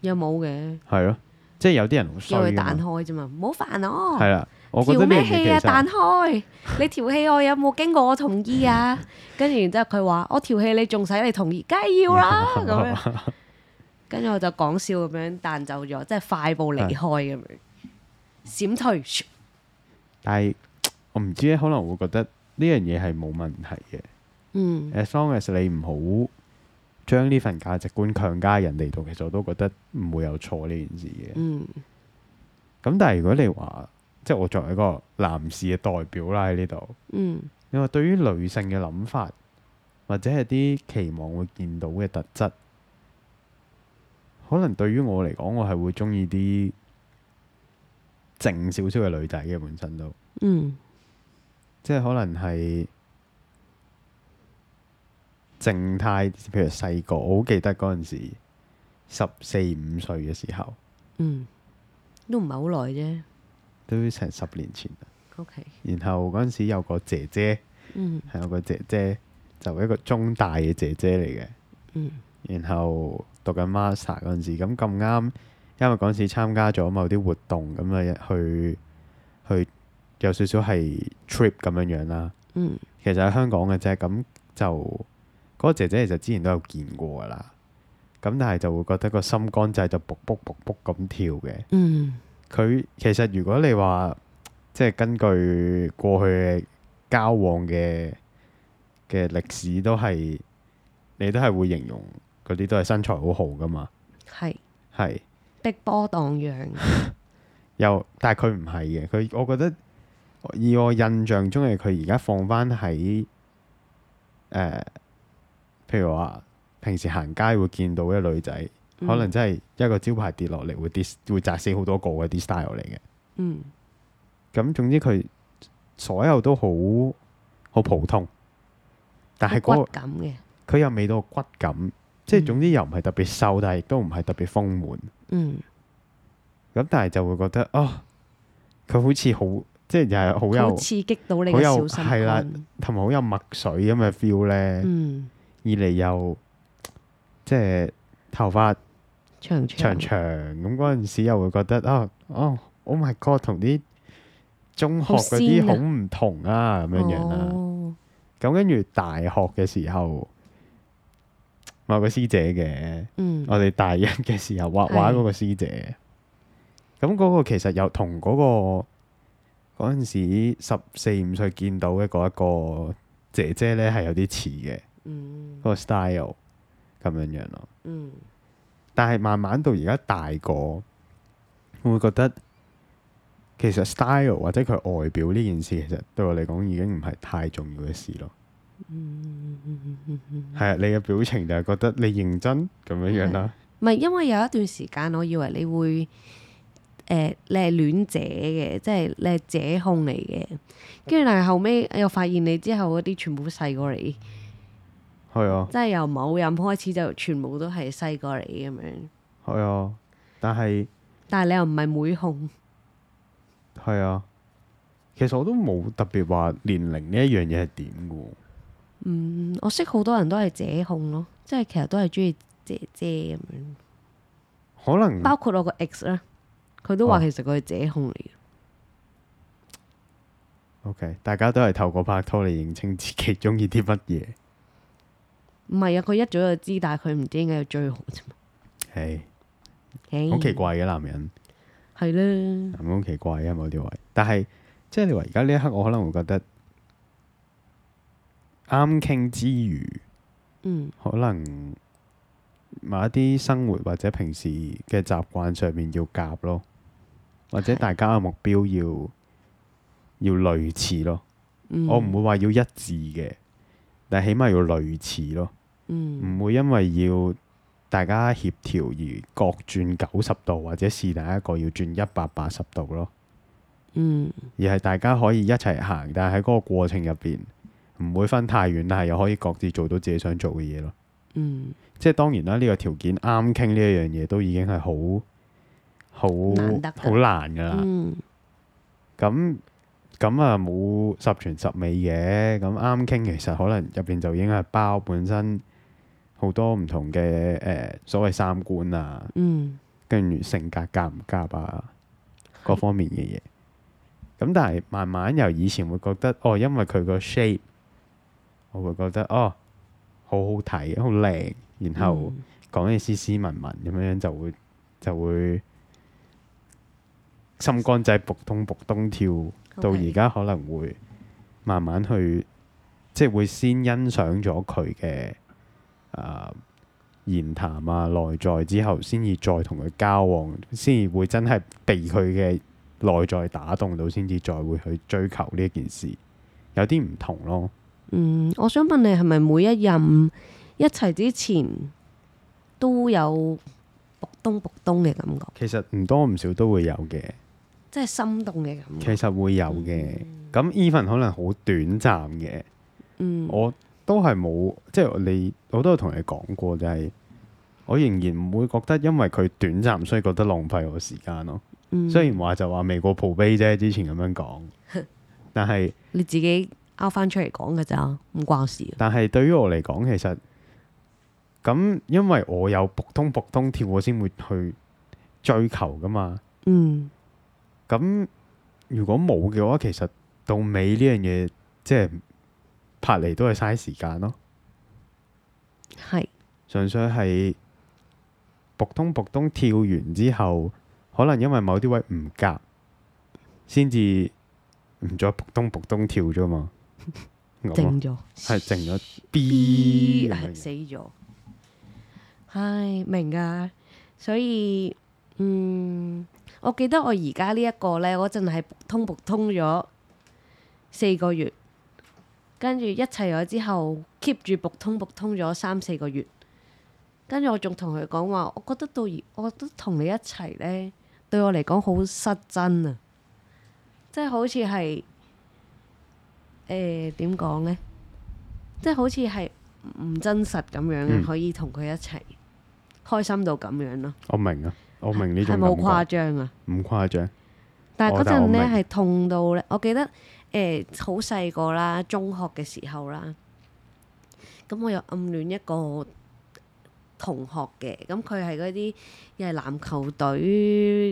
[SPEAKER 1] 有冇嘅？
[SPEAKER 2] 係咯，即係有啲人好
[SPEAKER 1] 叫
[SPEAKER 2] 衰
[SPEAKER 1] 佢
[SPEAKER 2] 㗎
[SPEAKER 1] 彈
[SPEAKER 2] 嘛，
[SPEAKER 1] 開啫嘛，唔好煩我。
[SPEAKER 2] 係啦，我覺
[SPEAKER 1] 調
[SPEAKER 2] 得呢
[SPEAKER 1] 咩
[SPEAKER 2] 樣嘢其
[SPEAKER 1] 戲啊？
[SPEAKER 2] 實
[SPEAKER 1] 彈開！你調戲我有冇經過我同意 啊？跟住然之後佢話：我調戲你仲使你同意？梗係要 啦咁樣。跟住我就講笑咁樣彈走咗，即係快步離開咁樣，閃退。咻
[SPEAKER 2] 但係我唔知咧，可能會覺得呢樣嘢係冇問題嘅。
[SPEAKER 1] 嗯
[SPEAKER 2] as long as 你唔好將呢份價值觀強加人哋度，其實我都覺得唔會有錯呢件事嘅。
[SPEAKER 1] 嗯
[SPEAKER 2] 咁但係如果你話，即係我作為一個男士嘅代表啦喺呢度，
[SPEAKER 1] 嗯
[SPEAKER 2] 你話對於女性嘅諗法，或者係啲期望會見到嘅特質，可能對於我嚟講，我係會中意啲靜少少嘅女仔嘅本身都，
[SPEAKER 1] 嗯
[SPEAKER 2] 即係可能係靜態，譬如細個，我好記得嗰陣時十四五歲嘅時候，
[SPEAKER 1] 嗯，都唔係好耐啫。
[SPEAKER 2] 都成十年前啦
[SPEAKER 1] OK，
[SPEAKER 2] 然後嗰陣時有個姐姐。
[SPEAKER 1] 嗯
[SPEAKER 2] 係有個姐姐，就一個中大嘅姐姐嚟嘅。
[SPEAKER 1] 嗯
[SPEAKER 2] 然後讀緊 master 嗰陣時，咁咁啱，因為嗰陣時參加咗某啲活動，咁啊去去有少少係 trip 咁樣樣啦。
[SPEAKER 1] 嗯
[SPEAKER 2] 其實喺香港嘅啫，咁就嗰、個姐姐其實之前都有見過噶啦，咁但係就會覺得個心肝仔就卜卜卜卜咁跳嘅。
[SPEAKER 1] 嗯
[SPEAKER 2] 佢其實如果你話即係根據過去嘅交往嘅嘅歷史，都係你都係會形容嗰啲都係身材好好噶嘛，
[SPEAKER 1] 係
[SPEAKER 2] 係
[SPEAKER 1] 碧波蕩漾，
[SPEAKER 2] 又但係佢唔係嘅，佢我覺得以我印象中嘅佢而家放翻喺誒，譬如話平時行街會見到嘅女仔，
[SPEAKER 1] 嗯
[SPEAKER 2] 可能真係一個招牌跌落嚟會跌會砸死好多個嗰啲 style 嚟嘅。
[SPEAKER 1] 嗯
[SPEAKER 2] 咁總之佢所有都好好普通，但係
[SPEAKER 1] 骨
[SPEAKER 2] 嗰
[SPEAKER 1] 感嘅，
[SPEAKER 2] 個佢又未到骨感，即係
[SPEAKER 1] 嗯
[SPEAKER 2] 總之又唔係特別瘦，但係亦都唔係特別豐滿。
[SPEAKER 1] 嗯，
[SPEAKER 2] 咁但係就會覺得哦，佢好似好即係又係好
[SPEAKER 1] 好
[SPEAKER 2] 有
[SPEAKER 1] 刺激到你
[SPEAKER 2] 好
[SPEAKER 1] 嘅小
[SPEAKER 2] 有
[SPEAKER 1] 心
[SPEAKER 2] 係啦
[SPEAKER 1] 肝，
[SPEAKER 2] 同埋好有墨水咁嘅 feel 咧。
[SPEAKER 1] 嗯，
[SPEAKER 2] 二嚟又即係頭髮
[SPEAKER 1] 長
[SPEAKER 2] 長
[SPEAKER 1] 長
[SPEAKER 2] 長咁嗰陣時，又會覺得啊哦，oh my god，同啲中學嗰啲好
[SPEAKER 1] 好鮮啊
[SPEAKER 2] 唔同啊咁樣樣啦。
[SPEAKER 1] 哦
[SPEAKER 2] 咁跟住大學嘅時候，某個師姐嘅，
[SPEAKER 1] 嗯
[SPEAKER 2] 我哋大一嘅時候畫畫
[SPEAKER 1] 係
[SPEAKER 2] 嗰個師姐，咁嗰個其實又同嗰、個嗰陣時十四五歲見到嘅嗰一個姐姐咧係有啲似嘅，嗰、
[SPEAKER 1] 嗯
[SPEAKER 2] 個 style 咁樣樣咯。
[SPEAKER 1] 嗯
[SPEAKER 2] 但係慢慢到而家大個，會覺得其實 style 或者佢外表呢件事，其實對我嚟講已經唔係太重要嘅事咯。
[SPEAKER 1] 嗯，
[SPEAKER 2] 係啊，你嘅表情就係覺得你認真咁樣樣啦。
[SPEAKER 1] 唔係因為有一段時間，我以為你會誒、你係戀姐嘅，即係你係姐控嚟嘅。跟住但係後尾又發現你之後嗰啲全部都細過你，
[SPEAKER 2] 係啊，
[SPEAKER 1] 即係由某人開始就全部都係細過你咁樣。
[SPEAKER 2] 係啊，但係
[SPEAKER 1] 但係你又唔係妹控，
[SPEAKER 2] 係啊，其實我都冇特別話年齡呢一樣嘢係點嘅喎。
[SPEAKER 1] 嗯，我識好多人都係姐控咯，即係其實都係中意姐姐咁
[SPEAKER 2] 嗯
[SPEAKER 1] 樣。
[SPEAKER 2] 可能
[SPEAKER 1] 包括我個 ex 啦，佢都話
[SPEAKER 2] 哦
[SPEAKER 1] 其實佢係姐控嚟嘅。
[SPEAKER 2] OK，大家都係透過拍拖嚟認清自己中意啲乜嘢。
[SPEAKER 1] 唔係啊，佢一早就知，但係佢唔知點解要追我啫嘛。
[SPEAKER 2] 係
[SPEAKER 1] 唉
[SPEAKER 2] 好奇怪嘅男人，
[SPEAKER 1] 係啦，
[SPEAKER 2] 男人好奇怪啊嘅某啲位。但係即係你話而家呢一刻，我可能會覺得啱傾之餘。
[SPEAKER 1] 嗯。
[SPEAKER 2] 可能某一啲生活或者平時嘅習慣上面要夾咯，或者
[SPEAKER 1] 係
[SPEAKER 2] 大家嘅目標要要類似咯。
[SPEAKER 1] 嗯
[SPEAKER 2] 我唔會話要一致嘅，但係起碼要類似咯，唔、
[SPEAKER 1] 嗯
[SPEAKER 2] 會因為要大家協調而各轉九十度，或者是但一個要轉一百八十度咯。
[SPEAKER 1] 嗯
[SPEAKER 2] 而係大家可以一齊行，但係喺嗰個過程入邊唔會分太遠，但係又可以各自做到自己想做嘅嘢咯。
[SPEAKER 1] 嗯
[SPEAKER 2] 即係當然啦，呢、個條件啱傾呢一樣嘢都已經係好好
[SPEAKER 1] 難得㗎
[SPEAKER 2] 好難㗎啦。
[SPEAKER 1] 嗯
[SPEAKER 2] 咁咁啊冇十全十美嘅，咁啱傾其實可能入邊就已經係包本身好多唔同嘅誒、呃所謂三觀啊，
[SPEAKER 1] 嗯
[SPEAKER 2] 跟住性格夾唔夾啊，各方面嘅嘢。咁但係慢慢由以前會覺得哦，因為佢個 shape，我會覺得哦好好睇，好靚，然後。
[SPEAKER 1] 嗯
[SPEAKER 2] 講嘢斯斯文文咁樣樣就會就會心肝仔卜通卜通跳，到
[SPEAKER 1] OK
[SPEAKER 2] 而家可能會慢慢去即係會先欣賞咗佢嘅啊言談啊內在之後，先至再同佢交往，先至會真係被佢嘅內在打動到，先至再會去追求呢一件事，有啲唔同咯。
[SPEAKER 1] 嗯，我想問你係咪每一任一齊之前都有卜東卜東嘅感覺，
[SPEAKER 2] 其實唔多唔少都會有嘅，
[SPEAKER 1] 即係心動嘅感
[SPEAKER 2] 其
[SPEAKER 1] 覺？
[SPEAKER 2] 實會有嘅。咁 even 可能好短暫嘅，
[SPEAKER 1] 嗯，
[SPEAKER 2] 我都係冇，即係你我都有同你講過，就係、我仍然唔會覺得因為佢短暫，所以覺得浪費我時間咯。
[SPEAKER 1] 嗯
[SPEAKER 2] 雖然話就話未過 p r 啫，之前咁樣講，但係
[SPEAKER 1] 你自己拗翻出嚟講嘅咋，唔關我事。啊
[SPEAKER 2] 但係對於我嚟講，其實咁因為我有卜通卜通跳，我先會去追求噶嘛。
[SPEAKER 1] 嗯
[SPEAKER 2] 咁如果冇嘅話，其實到尾呢樣嘢即係拍嚟都係嘥時間咯。
[SPEAKER 1] 係
[SPEAKER 2] 純粹係卜通卜通跳完之後，可能因為某啲位唔夾，先至唔再卜通卜通跳啫嘛。 咁咯
[SPEAKER 1] 靜咗，
[SPEAKER 2] 係靜咗 B
[SPEAKER 1] 咦
[SPEAKER 2] 咁
[SPEAKER 1] 係
[SPEAKER 2] 樣
[SPEAKER 1] 哎死
[SPEAKER 2] 嘅
[SPEAKER 1] 咗。唉，明㗎，所以嗯，我記得我而家呢一個咧，嗰陣係通撲通咗四個月，跟住一齊咗之後 keep 住撲通撲通咗三四個月，跟住我仲同佢講話，我覺得到而我覺得同你一齊咧，對我嚟講好失真啊，即係好似係誒點講咧，即係好似係唔真實咁樣啊，
[SPEAKER 2] 嗯
[SPEAKER 1] 可以同佢一齊開心到咁樣咯，
[SPEAKER 2] 我明啊，我明呢
[SPEAKER 1] 係
[SPEAKER 2] 種
[SPEAKER 1] 咪好誇
[SPEAKER 2] 感
[SPEAKER 1] 張啊？
[SPEAKER 2] 覺，唔誇張。
[SPEAKER 1] 但係嗰
[SPEAKER 2] 我但我
[SPEAKER 1] 陣咧
[SPEAKER 2] 明
[SPEAKER 1] 係痛到咧，我記得誒好細個啦，中學嘅時候啦，咁我又暗戀一個同學嘅，咁佢係嗰啲又係籃球隊，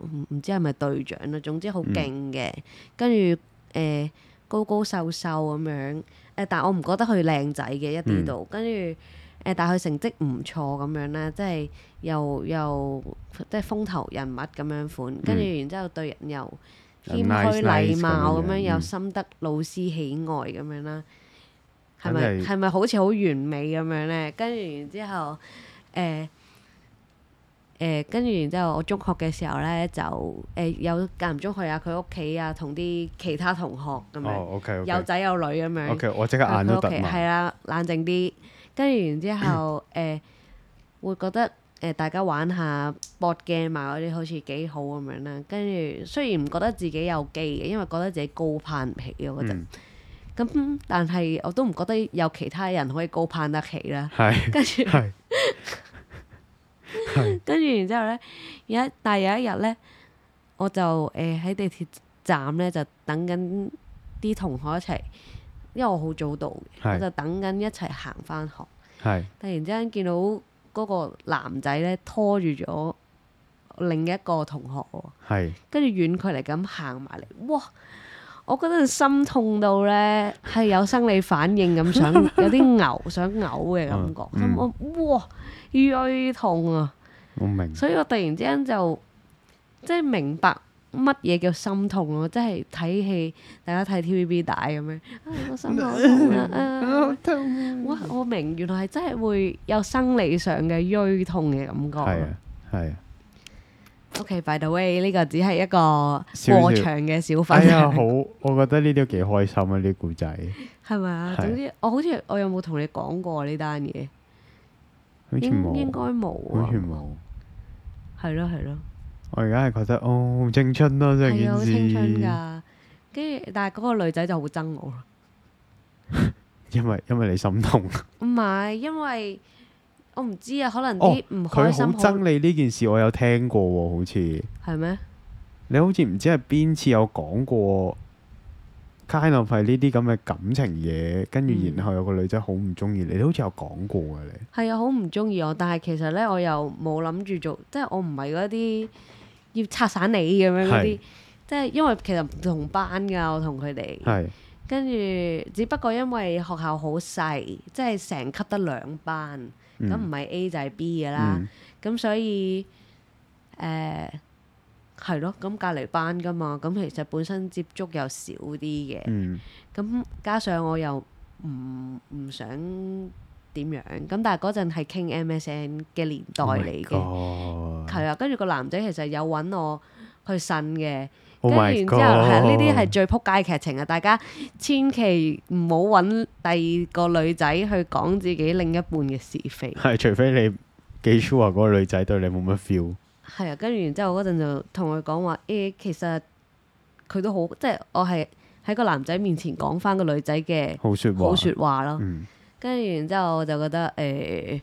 [SPEAKER 1] 唔唔知係咪隊長啦，總之好勁嘅，跟住誒高高瘦瘦咁樣，誒、但我唔覺得佢靚仔嘅一啲度，跟住。誒，但係佢成績唔錯咁樣啦，即係又又即係風頭人物咁樣款，跟住然之後對人又
[SPEAKER 2] 嗯又
[SPEAKER 1] 謙
[SPEAKER 2] nice
[SPEAKER 1] 虛
[SPEAKER 2] nice
[SPEAKER 1] 禮貌
[SPEAKER 2] 咁
[SPEAKER 1] 咁
[SPEAKER 2] 樣
[SPEAKER 1] 樣，又
[SPEAKER 2] 嗯
[SPEAKER 1] 深得老師喜愛咁樣啦。係咪
[SPEAKER 2] 真係
[SPEAKER 1] 係咪好似好完美咁樣咧？跟住然之後，誒誒，跟住然之後，我中學嘅時候咧就誒有間唔中去下佢屋企啊，同啲其他同學咁樣，
[SPEAKER 2] 哦，OK
[SPEAKER 1] 有
[SPEAKER 2] OK
[SPEAKER 1] 仔有女咁樣。
[SPEAKER 2] 哦 OK，我即刻眼
[SPEAKER 1] 佢
[SPEAKER 2] 啊都
[SPEAKER 1] 屋
[SPEAKER 2] 突
[SPEAKER 1] 企係啊
[SPEAKER 2] 埋。
[SPEAKER 1] 啦，冷靜啲。跟住然之 後，誒、會覺得誒、大家玩下 board game 啊嗰啲好似幾好咁樣啦。跟住雖然唔覺得自己有機嘅，因為覺得自己高攀唔起我覺得。
[SPEAKER 2] 嗯
[SPEAKER 1] 咁、但係我都唔覺得有其他人可以高攀得起 啦。
[SPEAKER 2] 係
[SPEAKER 1] 跟住
[SPEAKER 2] 係
[SPEAKER 1] 跟住然之後咧，有一但係有一日咧，我就誒喺、地鐵站咧就等緊啲同學一齊，因為我好早到嘅，
[SPEAKER 2] 係
[SPEAKER 1] 我就等緊一齊行翻學。
[SPEAKER 2] 係
[SPEAKER 1] 突然之間見到嗰個男仔咧拖住咗另一個同學喎，
[SPEAKER 2] 係
[SPEAKER 1] 跟住遠距離咁行埋嚟，哇！我嗰陣心痛到咧，係有生理反應咁， 想有啲嘔想嘔嘅感覺。
[SPEAKER 2] 嗯
[SPEAKER 1] 咁我哇，瘀痛啊！
[SPEAKER 2] 我明。
[SPEAKER 1] 所以我突然之間就即係明白乜嘢叫心痛咯，即係睇戲，大家睇 TVB 帶咁樣，啊我 心好痛啊！啊哇！
[SPEAKER 2] 嗯
[SPEAKER 1] 我明，原來係真係會有生理上嘅瘀痛嘅感覺。
[SPEAKER 2] 係啊係啊，
[SPEAKER 1] OK，by the way，呢個只係一個
[SPEAKER 2] 少少
[SPEAKER 1] 過場嘅小
[SPEAKER 2] 哎
[SPEAKER 1] 分
[SPEAKER 2] 呀好
[SPEAKER 1] 享，，
[SPEAKER 2] 我覺得呢啲都幾開心啊！呢啲故仔
[SPEAKER 1] 係咪啊？
[SPEAKER 2] 係
[SPEAKER 1] 總之，我好似我有冇同你講過呢單嘢？
[SPEAKER 2] 好似
[SPEAKER 1] 應應該
[SPEAKER 2] 冇，
[SPEAKER 1] 冇啊
[SPEAKER 2] 好似。冇。
[SPEAKER 1] 係咯係咯，
[SPEAKER 2] 我而家係覺得哦，好青春咯，真係
[SPEAKER 1] 係啊，好青春
[SPEAKER 2] 件事。
[SPEAKER 1] 㗎。跟住，但係嗰個女仔就好憎我啦。
[SPEAKER 2] 因為因為你心痛，
[SPEAKER 1] 唔係，因為我唔知啊，可能
[SPEAKER 2] 哦
[SPEAKER 1] 啲唔
[SPEAKER 2] 佢
[SPEAKER 1] 開
[SPEAKER 2] 好
[SPEAKER 1] 心
[SPEAKER 2] 憎你呢件事，我有聽過喎，好似
[SPEAKER 1] 係咩？
[SPEAKER 2] 你好似唔知係邊次有講過。卡納費呢啲咁嘅感情嘢，跟住
[SPEAKER 1] 嗯
[SPEAKER 2] 然後有個女仔好唔中意你，你好似有講過嘅你，
[SPEAKER 1] 係啊，好唔中意我，但係其實咧，我又冇諗住做，即係我唔係嗰啲要拆散你咁樣嗰
[SPEAKER 2] 係
[SPEAKER 1] 啲，即係因為其實唔同班㗎，我同佢哋，
[SPEAKER 2] 係
[SPEAKER 1] 跟住只不過因為學校好細，即係成級得兩班，
[SPEAKER 2] 嗯
[SPEAKER 1] 咁唔係 A 就係 B 㗎啦，
[SPEAKER 2] 嗯
[SPEAKER 1] 咁、所以誒係咯，咁隔離班㗎嘛，咁其實本身接觸又少啲嘅。
[SPEAKER 2] 嗯
[SPEAKER 1] 咁加上我又唔唔想點樣，咁但係嗰陣係傾 MSN 嘅年代
[SPEAKER 2] Oh my
[SPEAKER 1] 嚟嘅，
[SPEAKER 2] God
[SPEAKER 1] 係啊，跟住個男仔其實有揾我去呻嘅，跟
[SPEAKER 2] Oh
[SPEAKER 1] 住
[SPEAKER 2] my
[SPEAKER 1] 然之後係啊
[SPEAKER 2] God
[SPEAKER 1] 呢啲係最撲街嘅劇情啊！大家千祈唔好揾第二個女仔去講自己另一半嘅是非，
[SPEAKER 2] 係，除非你記 sure 嗰個女仔對你冇乜 feel，
[SPEAKER 1] 係啊，跟住然之後嗰陣就同佢講話，誒、其實佢都好，即係我係喺個男仔面前講翻個女仔嘅
[SPEAKER 2] 好説話，
[SPEAKER 1] 好説話咯。
[SPEAKER 2] 嗯，
[SPEAKER 1] 跟住然之後我就覺得誒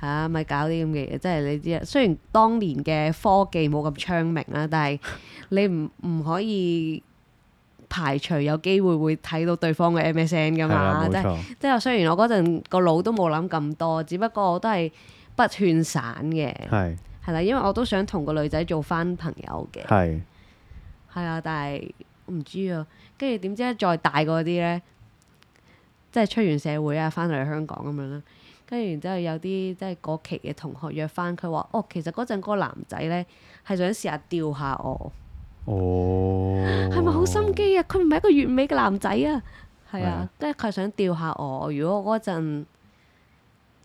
[SPEAKER 1] 嚇咪搞啲咁嘅嘢，即係你知啊。雖然當年嘅科技冇咁昌明啦，但係你唔唔可以排除有機會會睇到對方嘅 MSN
[SPEAKER 2] 係
[SPEAKER 1] 噶
[SPEAKER 2] 啦，
[SPEAKER 1] 嘛。
[SPEAKER 2] 冇
[SPEAKER 1] 即啊係
[SPEAKER 2] 錯，
[SPEAKER 1] 即係雖然我嗰陣個腦都冇諗咁多，只不過我都係不勸散嘅，
[SPEAKER 2] 係
[SPEAKER 1] 係啦，因為我都想同個女仔做翻朋友嘅，
[SPEAKER 2] 係
[SPEAKER 1] 係啊，但係唔知啊。跟住點知咧，再大嗰啲咧，即即係出完社會啊，翻嚟香港咁樣啦。跟住然之後有啲即係嗰期嘅同學約翻，佢話：哦，其實嗰陣嗰個男仔咧係想試下吊下我，
[SPEAKER 2] 哦，
[SPEAKER 1] 係咪好心？機啊？佢唔係一個完美嘅男仔啊，係
[SPEAKER 2] 係
[SPEAKER 1] 啊
[SPEAKER 2] 啊，
[SPEAKER 1] 跟住佢係想吊下我。如果我嗰陣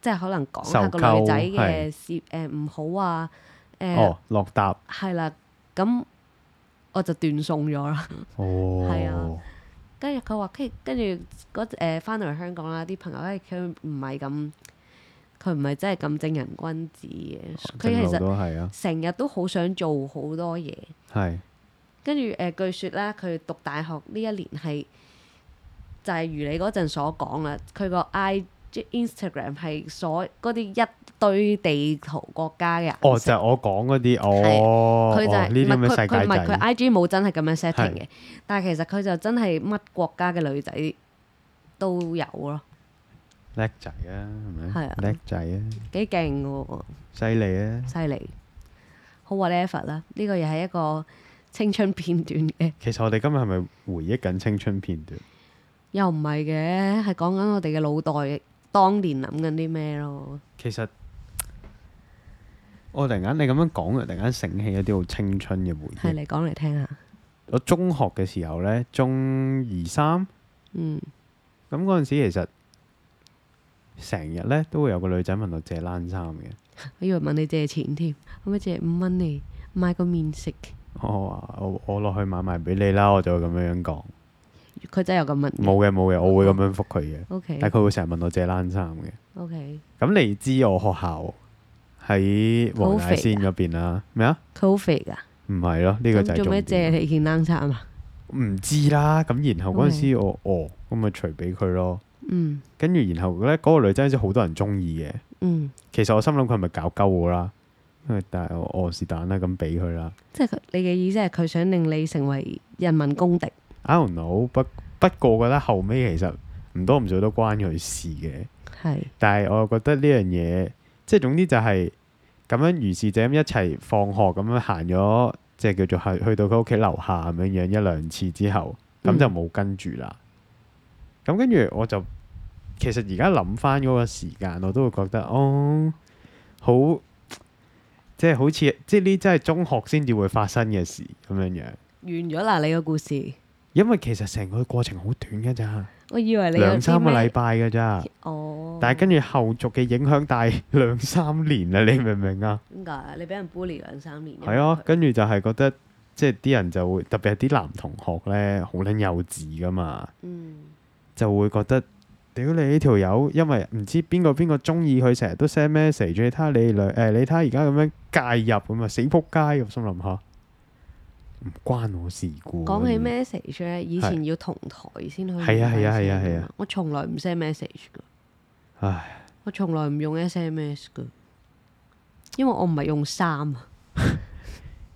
[SPEAKER 1] 即係可能講下個
[SPEAKER 2] 受夠
[SPEAKER 1] 女仔嘅事誒唔好啊，誒
[SPEAKER 2] 哦，落搭，
[SPEAKER 1] 係啦，咁我就斷送咗啦。
[SPEAKER 2] 哦，
[SPEAKER 1] 係啊，跟住佢話，跟跟住嗰誒翻到嚟香港啦，啲朋友咧佢唔係咁，佢唔係真係咁正人君子嘅，
[SPEAKER 2] 正
[SPEAKER 1] 佢
[SPEAKER 2] 路
[SPEAKER 1] 其實
[SPEAKER 2] 都係啊，
[SPEAKER 1] 成日都好想做好多嘢。
[SPEAKER 2] 係
[SPEAKER 1] 跟住誒，據說咧，佢讀大學呢一年係就係、如你嗰陣所講啦，佢個 I G Instagram 係所嗰啲一堆地圖國家嘅
[SPEAKER 2] 哦，
[SPEAKER 1] 顏
[SPEAKER 2] 就
[SPEAKER 1] 色，
[SPEAKER 2] 係我講嗰啲，哦，
[SPEAKER 1] 佢就
[SPEAKER 2] 哦
[SPEAKER 1] 係
[SPEAKER 2] 呢啲
[SPEAKER 1] 唔
[SPEAKER 2] 咩
[SPEAKER 1] 係
[SPEAKER 2] 世
[SPEAKER 1] 佢佢唔係
[SPEAKER 2] 界
[SPEAKER 1] 佢
[SPEAKER 2] 仔，
[SPEAKER 1] I G 冇真係咁樣 setting 嘅，但係其實佢就真係乜國家嘅女仔都有咯，
[SPEAKER 2] 叻仔啊，係
[SPEAKER 1] 係
[SPEAKER 2] 咪
[SPEAKER 1] 啊？
[SPEAKER 2] 叻仔啊，
[SPEAKER 1] 幾勁嘅喎，
[SPEAKER 2] 犀利啊！
[SPEAKER 1] 犀利，好 whatever 啦，呢個又係一個青春片段嘅。
[SPEAKER 2] 其實我哋今日係咪回憶緊青春片段？
[SPEAKER 1] 又唔係嘅，係講緊我哋嘅腦袋當年諗緊啲咩咯。
[SPEAKER 2] 其實我突然間你咁樣講，啊突然間醒起一啲好青春嘅
[SPEAKER 1] 係
[SPEAKER 2] 回憶。
[SPEAKER 1] 你講嚟聽下。
[SPEAKER 2] 我中學嘅時候呢，中二三
[SPEAKER 1] 嗯，
[SPEAKER 2] 咁嗰陣時，其實成日呢都會有個女仔問我借冷衫嘅。
[SPEAKER 1] 我以為問你借錢添，可唔可以借五蚊你買個面食？
[SPEAKER 2] 我話我我落去買埋俾你啦，我就會咁樣樣講。
[SPEAKER 1] 佢真係有咁問嘅。
[SPEAKER 2] 冇嘅冇嘅，我會咁樣覆佢嘅，
[SPEAKER 1] O K
[SPEAKER 2] 但係佢會成日問我借冷衫嘅。
[SPEAKER 1] O K，
[SPEAKER 2] 咁你知我學校喺黃大仙嗰邊啦，咩啊？
[SPEAKER 1] 佢好肥㗎，
[SPEAKER 2] 唔係咯，呢個就
[SPEAKER 1] 咁
[SPEAKER 2] 係
[SPEAKER 1] 做咩
[SPEAKER 2] 重點
[SPEAKER 1] 借你件冷衫啊？
[SPEAKER 2] 唔知啦，咁然後嗰陣時我哦，咁咪除俾佢咯。
[SPEAKER 1] 嗯
[SPEAKER 2] 跟住然後咧，嗰、個女仔好似好多人中意嘅。
[SPEAKER 1] 嗯，
[SPEAKER 2] 其實我心諗佢係咪搞鳩我啦？因為但係我我是但啦，咁俾佢啦。
[SPEAKER 1] 即係佢你嘅意思係佢想令你成為人民公敵？
[SPEAKER 2] I don't know，不不過我覺得後尾其實唔多唔少都關佢事嘅。
[SPEAKER 1] 係
[SPEAKER 2] 但係我又覺得呢樣嘢，即係總之就係咁樣如是者咁一齊放學咁樣行咗，即係叫做去去到佢屋企樓下咁樣樣一兩次之後，咁
[SPEAKER 1] 嗯
[SPEAKER 2] 就冇跟住啦。咁跟住我就其實而家諗翻嗰個時間，我都會覺得哦，好即係好似即係呢，真係中學先至會發生嘅事咁樣樣。
[SPEAKER 1] 完咗啦！你個故事，
[SPEAKER 2] 因為其實成個過程好短㗎咋，
[SPEAKER 1] 我以為你有
[SPEAKER 2] 兩三個
[SPEAKER 1] 啲咩
[SPEAKER 2] 禮拜㗎咋。
[SPEAKER 1] 哦。
[SPEAKER 2] 但係跟住後續嘅影響大兩三年啦，你明唔明啊？
[SPEAKER 1] 點解你俾人 bully 兩三年？
[SPEAKER 2] 係啊，，跟住就係覺得即係啲人就會特別係啲男同學咧，好撚幼稚噶嘛，
[SPEAKER 1] 嗯
[SPEAKER 2] 就會覺得屌你呢條友，因為唔知邊個邊個中意佢，成日都 send message，你睇下你兩誒、你睇下而家咁樣介入咁啊，死仆街咁心諗下，唔關我事㗎喎。
[SPEAKER 1] 講起
[SPEAKER 2] 呢啲
[SPEAKER 1] message 咧，以前要同台先可以。
[SPEAKER 2] 係啊係啊係啊係啊！
[SPEAKER 1] 我從來唔 send message 噶，
[SPEAKER 2] 唉，
[SPEAKER 1] 我從來唔用 SMS 噶，因為我唔係用三啊。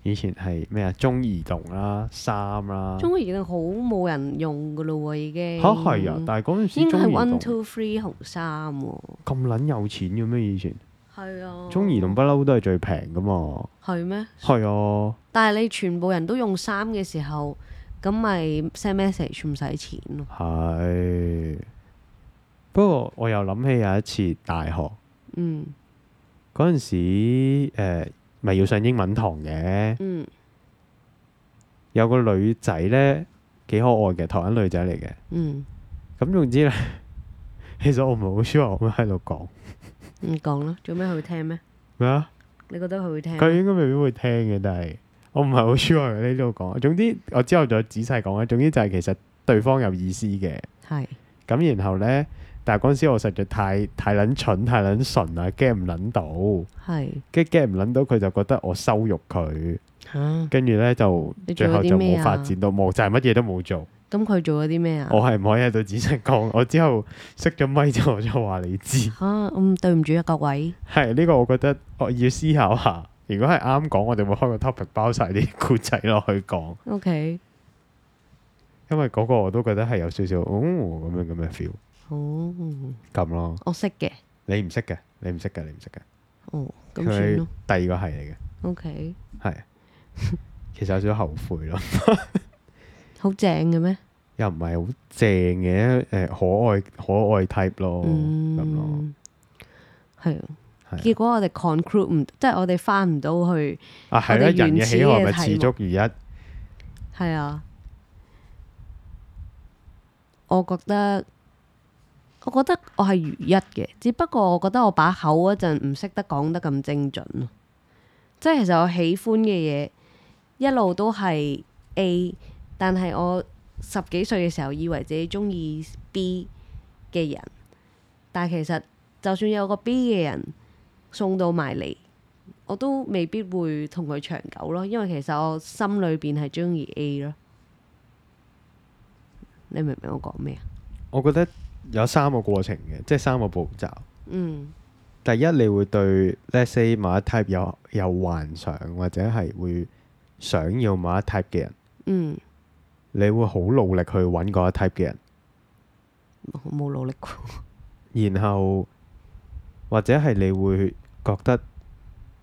[SPEAKER 2] 以前係咩啊？中移動啦、三啦，
[SPEAKER 1] 中國移動好冇人用噶咯喎，已經。
[SPEAKER 2] 啊嚇係啊！但係嗰陣時
[SPEAKER 1] 應該
[SPEAKER 2] 中
[SPEAKER 1] 係
[SPEAKER 2] 移
[SPEAKER 1] one
[SPEAKER 2] 動
[SPEAKER 1] two three 紅三喎。
[SPEAKER 2] 咁撚有錢嘅咩？以前？
[SPEAKER 1] 係啊。
[SPEAKER 2] 中移動不嬲都係最平噶嘛，
[SPEAKER 1] 係咩？
[SPEAKER 2] 哦係啊，
[SPEAKER 1] 但係你全部人都用三嘅時候，咁咪 send message 唔使錢咯。
[SPEAKER 2] 係。不過我又諗起有一次大學
[SPEAKER 1] 嗯
[SPEAKER 2] 嗰陣時，誒咪要上英文堂嘅，
[SPEAKER 1] 嗯
[SPEAKER 2] 有個女仔咧幾可愛嘅，台灣女仔嚟嘅。
[SPEAKER 1] 嗯，
[SPEAKER 2] 咁總之咧， 其實我唔係好 sure 我喺度講
[SPEAKER 1] 你講啦，做咩佢會聽咩？
[SPEAKER 2] 咩啊，
[SPEAKER 1] 你覺得佢會聽咩？
[SPEAKER 2] 佢應該未必會聽嘅，但係我唔係好 sure 喺呢度講。總之我之後再仔細講啦。總之就係其實對方有意思嘅。
[SPEAKER 1] 係
[SPEAKER 2] 咁然後咧，但係嗰陣時我實在太太撚蠢、太撚純啦，get 唔撚到，
[SPEAKER 1] 係
[SPEAKER 2] 跟住 get 唔撚到佢就覺得我羞辱佢，
[SPEAKER 1] 嚇。
[SPEAKER 2] 跟住咧就
[SPEAKER 1] 你做
[SPEAKER 2] 最
[SPEAKER 1] 咗
[SPEAKER 2] 後
[SPEAKER 1] 啲
[SPEAKER 2] 就
[SPEAKER 1] 咩
[SPEAKER 2] 冇
[SPEAKER 1] 啊
[SPEAKER 2] 發展到冇，就係乜嘢都冇做。
[SPEAKER 1] 咁佢做咗啲咩啊？
[SPEAKER 2] 我係唔可以喺度仔細講，我之後熄咗咪之後我就話你知，
[SPEAKER 1] 嚇，嗯，對唔住啊，各位，
[SPEAKER 2] 係呢、個我覺得我要思考下。如果係啱講，我哋會開個 topic 包晒啲故仔落去講，
[SPEAKER 1] O K，
[SPEAKER 2] 因為嗰個我都覺得係有少少哦咁樣咁嘅 feel
[SPEAKER 1] 哦，
[SPEAKER 2] 咁咯。
[SPEAKER 1] 我識嘅，
[SPEAKER 2] 你唔識嘅，你唔識嘅，你唔識嘅。
[SPEAKER 1] 哦，咁算
[SPEAKER 2] 佢
[SPEAKER 1] 咯
[SPEAKER 2] 第二個係嚟嘅。
[SPEAKER 1] ，O K，
[SPEAKER 2] 係，其實有少少後悔咯。
[SPEAKER 1] 好正嘅咩？
[SPEAKER 2] 又唔係好正嘅，誒、可愛可愛 type 咯，哦咁、咯，
[SPEAKER 1] 嗯，係啊。
[SPEAKER 2] 係啊
[SPEAKER 1] 結果我哋 conclude 唔，即係我哋翻唔到去，
[SPEAKER 2] 啊係啦，
[SPEAKER 1] 我哋
[SPEAKER 2] 人嘅
[SPEAKER 1] 原始
[SPEAKER 2] 喜好係咪
[SPEAKER 1] 嘅題
[SPEAKER 2] 持
[SPEAKER 1] 目
[SPEAKER 2] 足如一？
[SPEAKER 1] 係啊。我覺得，我覺得我係如一嘅，只不過我覺得我把口嗰陣唔識得講得咁精準咯。即係其實我喜歡嘅嘢一路都係 A，但係我十幾歲嘅時候以為自己中意 B 嘅人，但係其實就算有個 B 嘅人送到埋嚟，我都未必會同佢長久咯，因為其實我心裏邊係中意 A 咯。你明唔明我講咩啊？
[SPEAKER 2] 我覺得有三個過程嘅，即係三個步驟。
[SPEAKER 1] 嗯
[SPEAKER 2] 第一，你會對 let's say 某一 type 有有幻想，或者係會想要某一 type 嘅人，
[SPEAKER 1] 嗯，
[SPEAKER 2] 你會好努力去揾嗰一 type 嘅人。
[SPEAKER 1] 我冇努力過。
[SPEAKER 2] 然後或者係你會覺得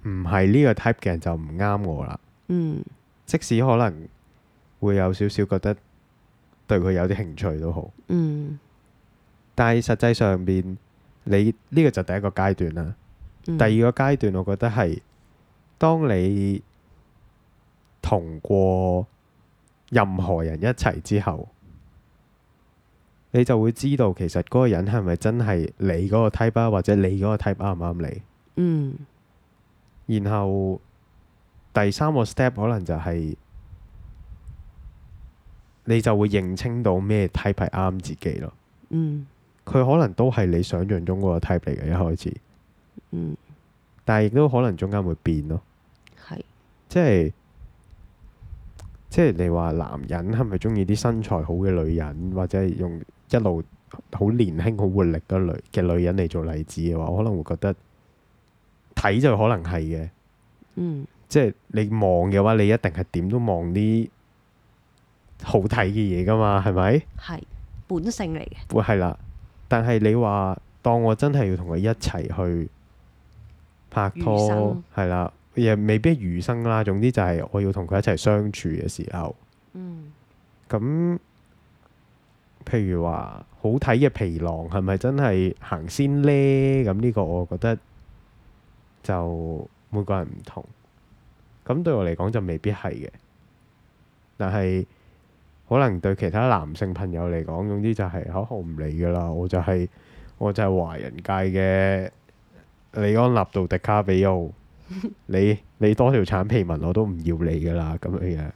[SPEAKER 2] 唔係呢個 type 嘅人就唔啱我啦，
[SPEAKER 1] 嗯
[SPEAKER 2] 即使可能會有少少覺得對佢有啲興趣都好，
[SPEAKER 1] 嗯
[SPEAKER 2] 但係實際上邊你呢個就第一個階段啦。
[SPEAKER 1] 嗯，
[SPEAKER 2] 第二個階段，我覺得係當你同過任何人一齊之後，你就會知道其實嗰個人係咪真係你嗰個 type 啊，或者你嗰個 type 啱唔啱
[SPEAKER 1] 嗯
[SPEAKER 2] 你。然後第三個 step 可能就係、你就會認清到咩 type 係啱自己咯。
[SPEAKER 1] 嗯
[SPEAKER 2] 佢可能都係你想象中嗰個 type 嚟嘅一開始，
[SPEAKER 1] 嗯
[SPEAKER 2] 但係亦都可能中間會變咯。
[SPEAKER 1] 係
[SPEAKER 2] 即係即係你話男人係咪中意啲身材好嘅女人，或者係用一路好年輕、好活力嘅女嘅女人嚟做例子嘅話，我可能會覺得睇就可能係嘅，
[SPEAKER 1] 嗯
[SPEAKER 2] 即係你望嘅話，你一定係點都望啲好睇嘅嘢噶嘛，係咪？
[SPEAKER 1] 係本性嚟嘅。
[SPEAKER 2] 會係啦，但係你話當我真係要同佢一齊去拍
[SPEAKER 1] 餘
[SPEAKER 2] 拖
[SPEAKER 1] 生，
[SPEAKER 2] 係啦，亦未必餘生啦。總之就係我要同佢一齊相處嘅時候，
[SPEAKER 1] 嗯
[SPEAKER 2] 咁譬如話好睇嘅皮囊係咪真係行先呢？咁呢個我覺得就每個人唔同。咁對我嚟講就未必係嘅，但係可能對其他男性朋友嚟講，總之就係、嚇我唔理㗎啦，我就係、我就係華人界嘅李安納度迪卡比奧，你你多條橙皮紋我都唔要你㗎啦咁樣樣。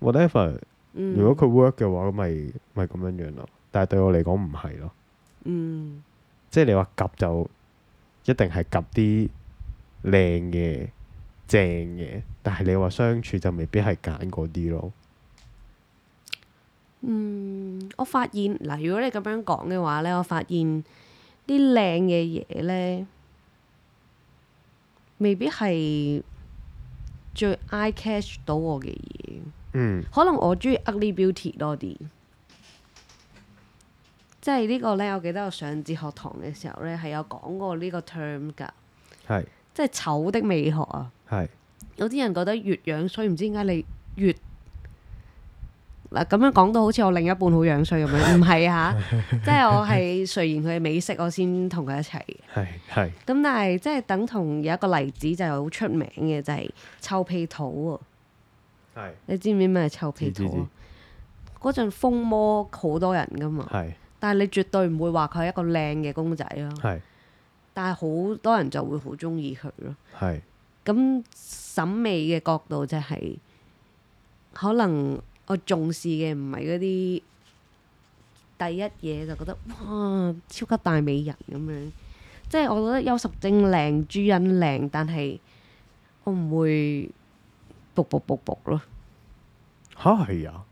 [SPEAKER 2] whatever，
[SPEAKER 1] 嗯，
[SPEAKER 2] 如果佢 work 嘅話，咁咪咪咁樣樣咯。但係對我嚟講唔係咯，
[SPEAKER 1] 嗯
[SPEAKER 2] 即係你話及就一定係及啲靚嘅正嘅，但係你話相處就未必係揀嗰啲咯。
[SPEAKER 1] 嗯，我發現嗱，如果你咁樣講嘅話咧，我發現啲靚嘅嘢咧，未必係最 eye catch 到我嘅嘢。
[SPEAKER 2] 嗯，
[SPEAKER 1] 可能我中意 ugly beauty 多啲，即係呢個咧。我記得我上哲學堂嘅時候咧，係有講過呢個 term 㗎，
[SPEAKER 2] 係
[SPEAKER 1] 即係醜的美學啊。
[SPEAKER 2] 係
[SPEAKER 1] 有啲人覺得越樣衰，唔知點解你越嗱咁樣講到好似我另一半好樣衰咁樣，唔係 啊即係我係雖然佢係美式，我先同佢一齊嘅。
[SPEAKER 2] 係係
[SPEAKER 1] 咁但係即係等同有一個例子就係好出名嘅，就係、臭屁肚喎。
[SPEAKER 2] 係
[SPEAKER 1] 你知唔知咩係臭屁
[SPEAKER 2] 知知
[SPEAKER 1] 肚啊
[SPEAKER 2] 知？
[SPEAKER 1] 嗰陣風魔好多人噶嘛，
[SPEAKER 2] 係
[SPEAKER 1] 但係你絕對唔會話佢係一個靚嘅公仔咯。
[SPEAKER 2] 係
[SPEAKER 1] 但係好多人就會好中意佢咯。
[SPEAKER 2] 係
[SPEAKER 1] 咁審美嘅角度就係、可能我重視嘅唔係嗰啲第一嘢就覺得哇超級大美人咁樣，即係我覺得邱淑貞靚、朱茵靚，但係我唔會卜卜卜卜咯。
[SPEAKER 2] 嚇係啊！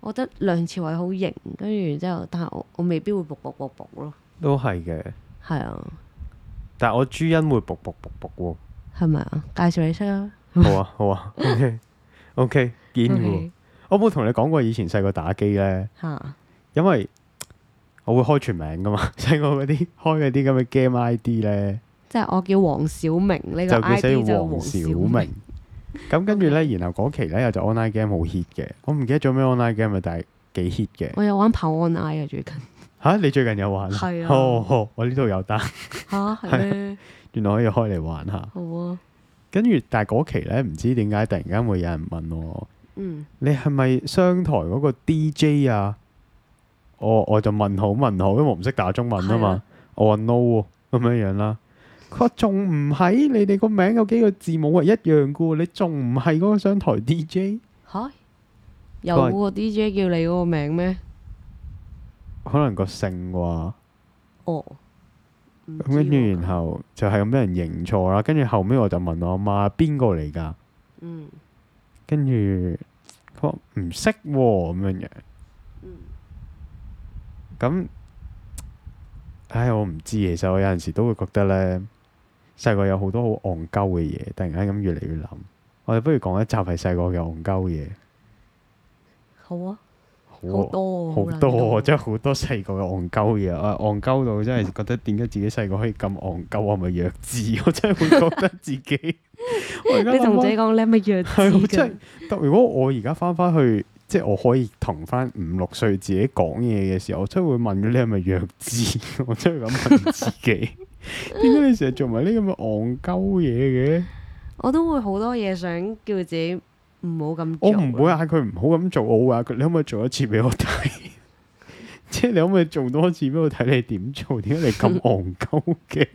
[SPEAKER 1] 我覺得梁朝偉好型，跟住然之後，但係我我未必會卜卜卜卜咯，
[SPEAKER 2] 都係嘅，
[SPEAKER 1] 係啊，
[SPEAKER 2] 但我朱茵會卜卜卜 卜
[SPEAKER 1] 係咪啊？介紹你識啊
[SPEAKER 2] 喎。好啊好啊，OK OK，堅嘅喎。
[SPEAKER 1] ，OK，
[SPEAKER 2] 我冇同你講過以前細個打機咧。
[SPEAKER 1] 嚇，
[SPEAKER 2] 因為我會開全名噶嘛， 細個嗰啲開嗰啲咁嘅 game ID 咧，
[SPEAKER 1] 即係我叫黃小明，呢個
[SPEAKER 2] 就叫
[SPEAKER 1] ID
[SPEAKER 2] 死
[SPEAKER 1] 就
[SPEAKER 2] 黃
[SPEAKER 1] 小
[SPEAKER 2] 小明。咁跟住咧，然後嗰期咧有隻 online game 好 hit 嘅，我唔記得咗咩 online game 啊，但係幾 hit 嘅。
[SPEAKER 1] 我有玩跑安 I 啊，最近
[SPEAKER 2] 吓，你最近有玩？
[SPEAKER 1] 係 啊
[SPEAKER 2] 好好好我呢度有單，
[SPEAKER 1] 吓係啊咩？
[SPEAKER 2] 原來可以開嚟玩下。
[SPEAKER 1] 好啊，
[SPEAKER 2] 跟住，但係嗰期咧，唔知點解突然間會有人問我，
[SPEAKER 1] 嗯，
[SPEAKER 2] 你係咪商台嗰個 DJ 啊？我我就問好問好，因為我唔識打中文啊
[SPEAKER 1] 係
[SPEAKER 2] 嘛
[SPEAKER 1] 啊。
[SPEAKER 2] 我話 no 喎咁樣樣啦。佢話仲唔係？你哋個名有幾個字母係一樣嘅喎，你仲唔係嗰個商台 DJ？
[SPEAKER 1] 吓有個 DJ 叫你嗰個名咩？
[SPEAKER 2] 可能個姓啩。
[SPEAKER 1] 哦，唔
[SPEAKER 2] 咁跟
[SPEAKER 1] 知
[SPEAKER 2] 住
[SPEAKER 1] 喎
[SPEAKER 2] 然後就係咁俾人認錯啦。跟住後尾我就問我阿媽邊個嚟㗎？
[SPEAKER 1] 嗯
[SPEAKER 2] 跟住佢話唔識喎咁樣樣。
[SPEAKER 1] 嗯
[SPEAKER 2] 咁，唉，我唔知。其實我有陣時都會覺得咧，細個有好多好戇鳩嘅嘢，突然間咁越嚟越諗。我哋不如講一集係細個嘅戇鳩嘢，
[SPEAKER 1] 好啊，
[SPEAKER 2] 好
[SPEAKER 1] 好
[SPEAKER 2] 啊
[SPEAKER 1] 多
[SPEAKER 2] 好
[SPEAKER 1] 喎好
[SPEAKER 2] 多啊，
[SPEAKER 1] 真
[SPEAKER 2] 真係好多細個嘅戇鳩嘢啊！戇鳩到真係覺得點解自己細個可以咁戇鳩，我係咪弱智？ 我真係會覺得自己， 我而家
[SPEAKER 1] 你同
[SPEAKER 2] 諗
[SPEAKER 1] 自
[SPEAKER 2] 返
[SPEAKER 1] 己講你係咪弱
[SPEAKER 2] 係我
[SPEAKER 1] 智
[SPEAKER 2] 真
[SPEAKER 1] 㗎
[SPEAKER 2] 係？但如果我而家翻翻去，即係我可以同翻五六歲自己講嘢嘅時候，我真係會問佢你係咪弱智？ 我真係咁問自己， 點解你成日做埋呢咁嘅戇鳩嘢嘅？
[SPEAKER 1] 我都會好多嘢想叫自己唔好咁做
[SPEAKER 2] 我
[SPEAKER 1] 啊。
[SPEAKER 2] 唔會嗌佢唔好咁做，我會嗌佢你可唔可以做一次俾我睇？即係你可唔可以做多次俾我睇你點做？點解你咁戇鳩嘅？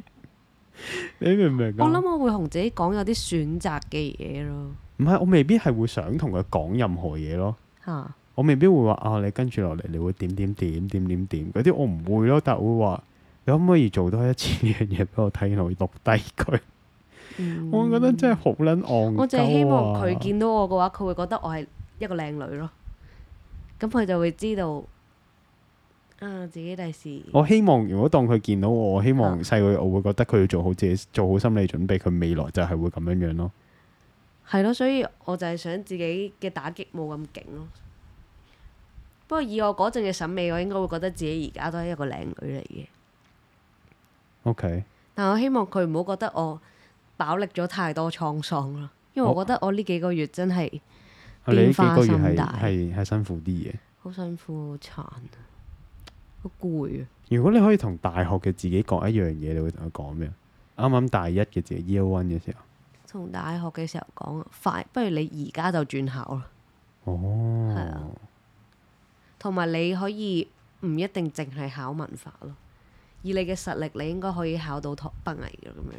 [SPEAKER 2] 你明唔明
[SPEAKER 1] 我
[SPEAKER 2] 啊？
[SPEAKER 1] 諗我會同自己講有啲選擇嘅嘢咯，
[SPEAKER 2] 唔係，我未必係會想同佢講任何嘢咯。
[SPEAKER 1] 嚇
[SPEAKER 2] 我未必會話啊，你跟住落嚟你會點點點點點點嗰啲，我唔會咯。但我會話你可唔可以做多一次呢樣嘢俾我睇，然後我會錄低佢。
[SPEAKER 1] 嗯
[SPEAKER 2] 我覺得真係好撚戇啊
[SPEAKER 1] 我就
[SPEAKER 2] 就
[SPEAKER 1] 係希望佢見到我嘅話，佢會覺得我係一個靚女咯。咁佢就會知道啊，自己第時
[SPEAKER 2] 我希望如果當佢見到我，我希
[SPEAKER 1] 啊
[SPEAKER 2] 望細個我會覺得佢要做好自己，做好心理準備，佢未來就係會咁樣樣咯。
[SPEAKER 1] 係咯，所以我就係想自己嘅打擊冇咁勁咯。不過以我嗰陣嘅審美，我應該會覺得自己而家都係一個靚女嚟嘅。
[SPEAKER 2] OK，
[SPEAKER 1] 但我希望佢唔好覺得我飽歷咗太多滄桑咯，因為我覺得我呢幾個月真係
[SPEAKER 2] 啊你
[SPEAKER 1] 變
[SPEAKER 2] 呢幾
[SPEAKER 1] 化
[SPEAKER 2] 個月係
[SPEAKER 1] 甚大
[SPEAKER 2] 係係辛苦啲嘅。
[SPEAKER 1] 好辛苦、好殘啊，好攰啊！
[SPEAKER 2] 如果你可以同大學嘅自己講一樣嘢，你會同佢講咩？啊啱啱大一嘅自己 Year One 嘅時
[SPEAKER 1] 同大學嘅時候講，快，不如你而家就轉校啦。
[SPEAKER 2] 候，
[SPEAKER 1] 係啊，
[SPEAKER 2] 哦
[SPEAKER 1] 同埋你可以唔一定淨係考文化咯，以你嘅實力，你應該可以考到托北藝嘅咁樣。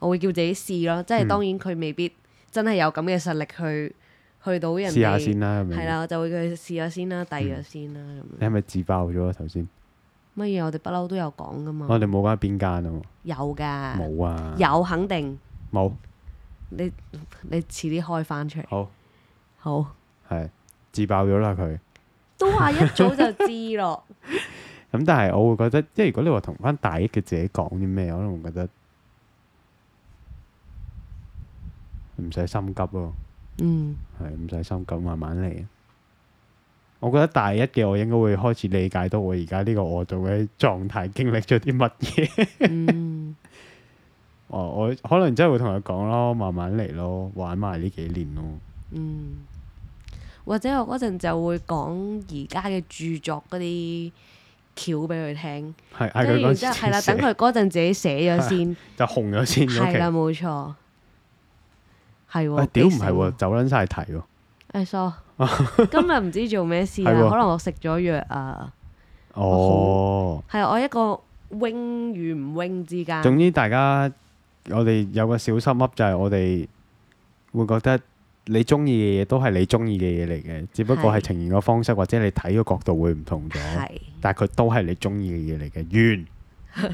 [SPEAKER 1] 我會叫自己試咯，即係
[SPEAKER 2] 嗯
[SPEAKER 1] 當然佢未必真係有咁嘅實力去去到人
[SPEAKER 2] 試下
[SPEAKER 1] 哋
[SPEAKER 2] 先啦，咁樣
[SPEAKER 1] 係啦，我就會叫佢試咗先啦，遞咗先啦咁樣。
[SPEAKER 2] 你係咪自爆咗啊？頭先
[SPEAKER 1] 乜嘢我哋不嬲都有講噶嘛，
[SPEAKER 2] 我哋冇講邊間啊嘛，
[SPEAKER 1] 有㗎，
[SPEAKER 2] 冇啊，
[SPEAKER 1] 有肯定，
[SPEAKER 2] 冇
[SPEAKER 1] 你你遲啲開翻出嚟，
[SPEAKER 2] 好
[SPEAKER 1] 好
[SPEAKER 2] 係自爆咗啦佢。
[SPEAKER 1] 都話一早就知咯。
[SPEAKER 2] 咁但係我會覺得，即係如果你話同翻大一嘅自己講啲咩，我可能會覺得唔使心急咯，
[SPEAKER 1] 嗯，
[SPEAKER 2] 係唔使心急，慢慢嚟。我覺得大一嘅我應該會開始理解到我而家呢個我做嘅狀態經歷咗啲乜嘢。
[SPEAKER 1] 嗯，
[SPEAKER 2] 哦，我可能真係會同佢講咯，慢慢嚟咯，玩埋呢幾年咯。
[SPEAKER 1] 嗯，或者我嗰陣就會講而家嘅著作嗰啲橋俾佢聽，
[SPEAKER 2] 係嗌
[SPEAKER 1] 跟
[SPEAKER 2] 佢
[SPEAKER 1] 住
[SPEAKER 2] 嗰
[SPEAKER 1] 然之後係啦，等
[SPEAKER 2] 陣時寫嗯
[SPEAKER 1] 佢嗰陣自己寫咗 先，
[SPEAKER 2] 就紅咗先嗰
[SPEAKER 1] 係
[SPEAKER 2] 期
[SPEAKER 1] 啦，。冇錯，係
[SPEAKER 2] 喂
[SPEAKER 1] 喎，，
[SPEAKER 2] 屌唔
[SPEAKER 1] 幾醒啊
[SPEAKER 2] 係喎，走撚晒題喎。
[SPEAKER 1] 哎，sorry，今 日唔知做咩事啊，
[SPEAKER 2] 係喎
[SPEAKER 1] 可能我食咗藥啊，
[SPEAKER 2] 哦，
[SPEAKER 1] 係啊我一個 wing 與唔 wing 之間，
[SPEAKER 2] 總之大家我哋有個小心噏就係我哋會覺得你中意嘅嘢都係你中意嘅嘢嚟嘅，只不過係
[SPEAKER 1] 係
[SPEAKER 2] 呈現個方式或者你睇個角度會唔同咗，
[SPEAKER 1] 係，
[SPEAKER 2] 但係佢都係你中意嘅嘢嚟嘅。完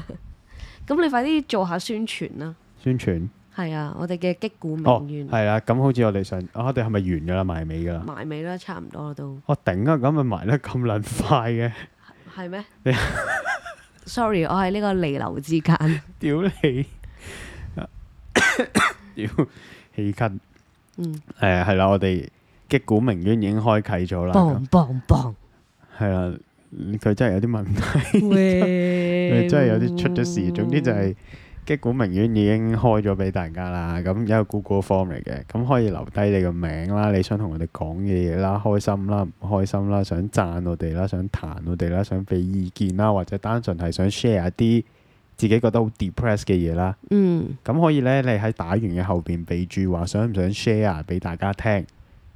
[SPEAKER 1] 咁你快啲做下宣傳啦，
[SPEAKER 2] 宣傳
[SPEAKER 1] 係啊，我哋嘅擊鼓
[SPEAKER 2] 哦，
[SPEAKER 1] 鳴冤
[SPEAKER 2] 係啦，咁好似我哋上啊，我哋係咪完㗎啦，埋尾㗎啦？
[SPEAKER 1] 埋尾啦，差唔多啦都。
[SPEAKER 2] 我頂啊！咁咪埋得咁撚快嘅，
[SPEAKER 1] 係咩
[SPEAKER 2] 你
[SPEAKER 1] ？Sorry，我喺呢個離流之間。
[SPEAKER 2] 屌 你！屌氣咳。
[SPEAKER 1] 嗯
[SPEAKER 2] 誒係啦，我哋擊鼓鳴冤已經開啟咗啦。咁
[SPEAKER 1] ，bang bang bang，
[SPEAKER 2] 係啦，佢真係有啲問題，
[SPEAKER 1] 喂嗯
[SPEAKER 2] 佢真係有啲出咗事。總之就係擊鼓鳴冤已經開咗俾大家啦，咁有個 Google Form 嚟嘅，咁可以留低你個名啦，你想同我哋講嘅嘢啦，開心啦，唔開心啦，想讚我哋啦，想彈我哋啦，想俾意見啦，或者單純係想 share 啲自己覺得好 depress 嘅嘢啦，
[SPEAKER 1] 嗯，
[SPEAKER 2] 咁可以呢，你喺打完嘅後邊備註話想唔想 share 俾大家聽。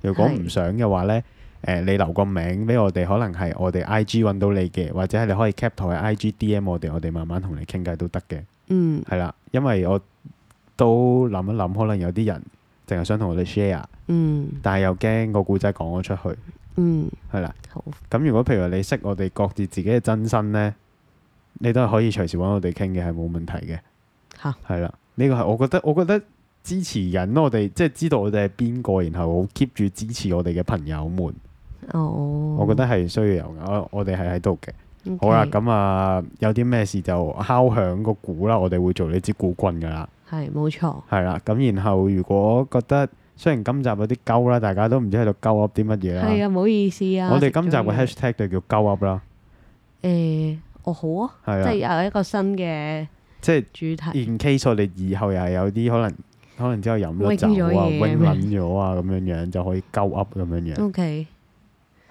[SPEAKER 2] 如果唔
[SPEAKER 1] 係
[SPEAKER 2] 想嘅話呢，誒、你留個名俾我哋，可能係我哋 I G 揾到你嘅，或者係你可以 cap 台 I G D M 我哋，我哋慢慢同你傾偈都得嘅。
[SPEAKER 1] 嗯，
[SPEAKER 2] 係啦，因為我都諗一諗，可能有啲人淨係想同我哋 share，
[SPEAKER 1] 嗯，
[SPEAKER 2] 但係又驚個故仔講咗出去，
[SPEAKER 1] 嗯，
[SPEAKER 2] 係啦。
[SPEAKER 1] 好，
[SPEAKER 2] 咁如果譬如你識我哋各自自己嘅真身呢，你都係可以隨時揾我哋傾嘅，係冇問題嘅。
[SPEAKER 1] 嚇
[SPEAKER 2] 係啦，呢個係我覺得，我覺得支持緊我哋，即係知道我哋係邊個，然後好 keep 住支持我哋嘅朋友們，
[SPEAKER 1] 哦，
[SPEAKER 2] 我覺得係需要有嘅。我我哋係喺度嘅。
[SPEAKER 1] 得
[SPEAKER 2] 好啦，咁啊，有啲咩事就敲響個鼓啦，我哋會做呢支鼓棍噶啦。
[SPEAKER 1] 係冇錯，
[SPEAKER 2] 係啦，咁然後如果覺得雖然今集有啲鳩啦，大家都唔知喺度鳩噏啲乜嘢
[SPEAKER 1] 係
[SPEAKER 2] 啦。
[SPEAKER 1] 啊，唔好意思啊，
[SPEAKER 2] 我哋今集嘅
[SPEAKER 1] 嘅
[SPEAKER 2] hashtag 就叫鳩噏啦，
[SPEAKER 1] 誒，哦好啊，
[SPEAKER 2] 係
[SPEAKER 1] 即
[SPEAKER 2] 啊，
[SPEAKER 1] 係有一個新嘅
[SPEAKER 2] 即係
[SPEAKER 1] 主題，
[SPEAKER 2] in case 我哋以後又係有啲可能，可能之後飲咗酒啊，
[SPEAKER 1] Wing 咗嘢
[SPEAKER 2] 濛撚咗啊咁樣樣就可以鳩噏咁樣樣，
[SPEAKER 1] OK，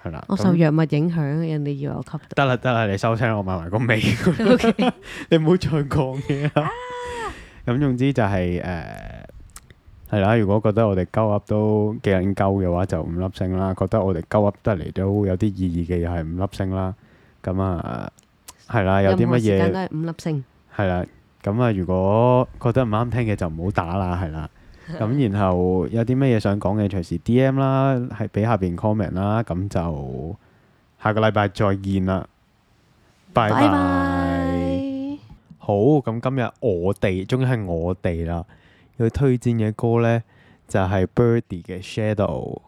[SPEAKER 2] 係啦。
[SPEAKER 1] 我受
[SPEAKER 2] 啊咁
[SPEAKER 1] 藥物影響，人哋以為我吸
[SPEAKER 2] 得啦得啦，你收聲，我買埋個尾，
[SPEAKER 1] 毒。OK， 啊
[SPEAKER 2] 你唔好再講嘢啦。咁總之就係誒係啦，如果覺得我哋鳩噏都幾撚鳩嘅話，就五粒星啦；覺得我哋鳩噏得嚟都有啲意義嘅，又係五粒星啦。咁啊係啦，有啲
[SPEAKER 1] 任何
[SPEAKER 2] 乜
[SPEAKER 1] 時間都
[SPEAKER 2] 嘢
[SPEAKER 1] 係五粒星，
[SPEAKER 2] 係啦。咁啊，如果覺得唔啱聽嘅就唔好打啦，係啦。咁然後有啲乜嘢想講嘅，隨時 D M 啦，係俾下邊 comment 啦。咁就下個禮拜再見啦，拜
[SPEAKER 1] 拜
[SPEAKER 2] 拜。
[SPEAKER 1] 拜。
[SPEAKER 2] 好，咁今日我哋終於係我哋啦，要推薦嘅歌呢，就係、Birdy 嘅 Shadow。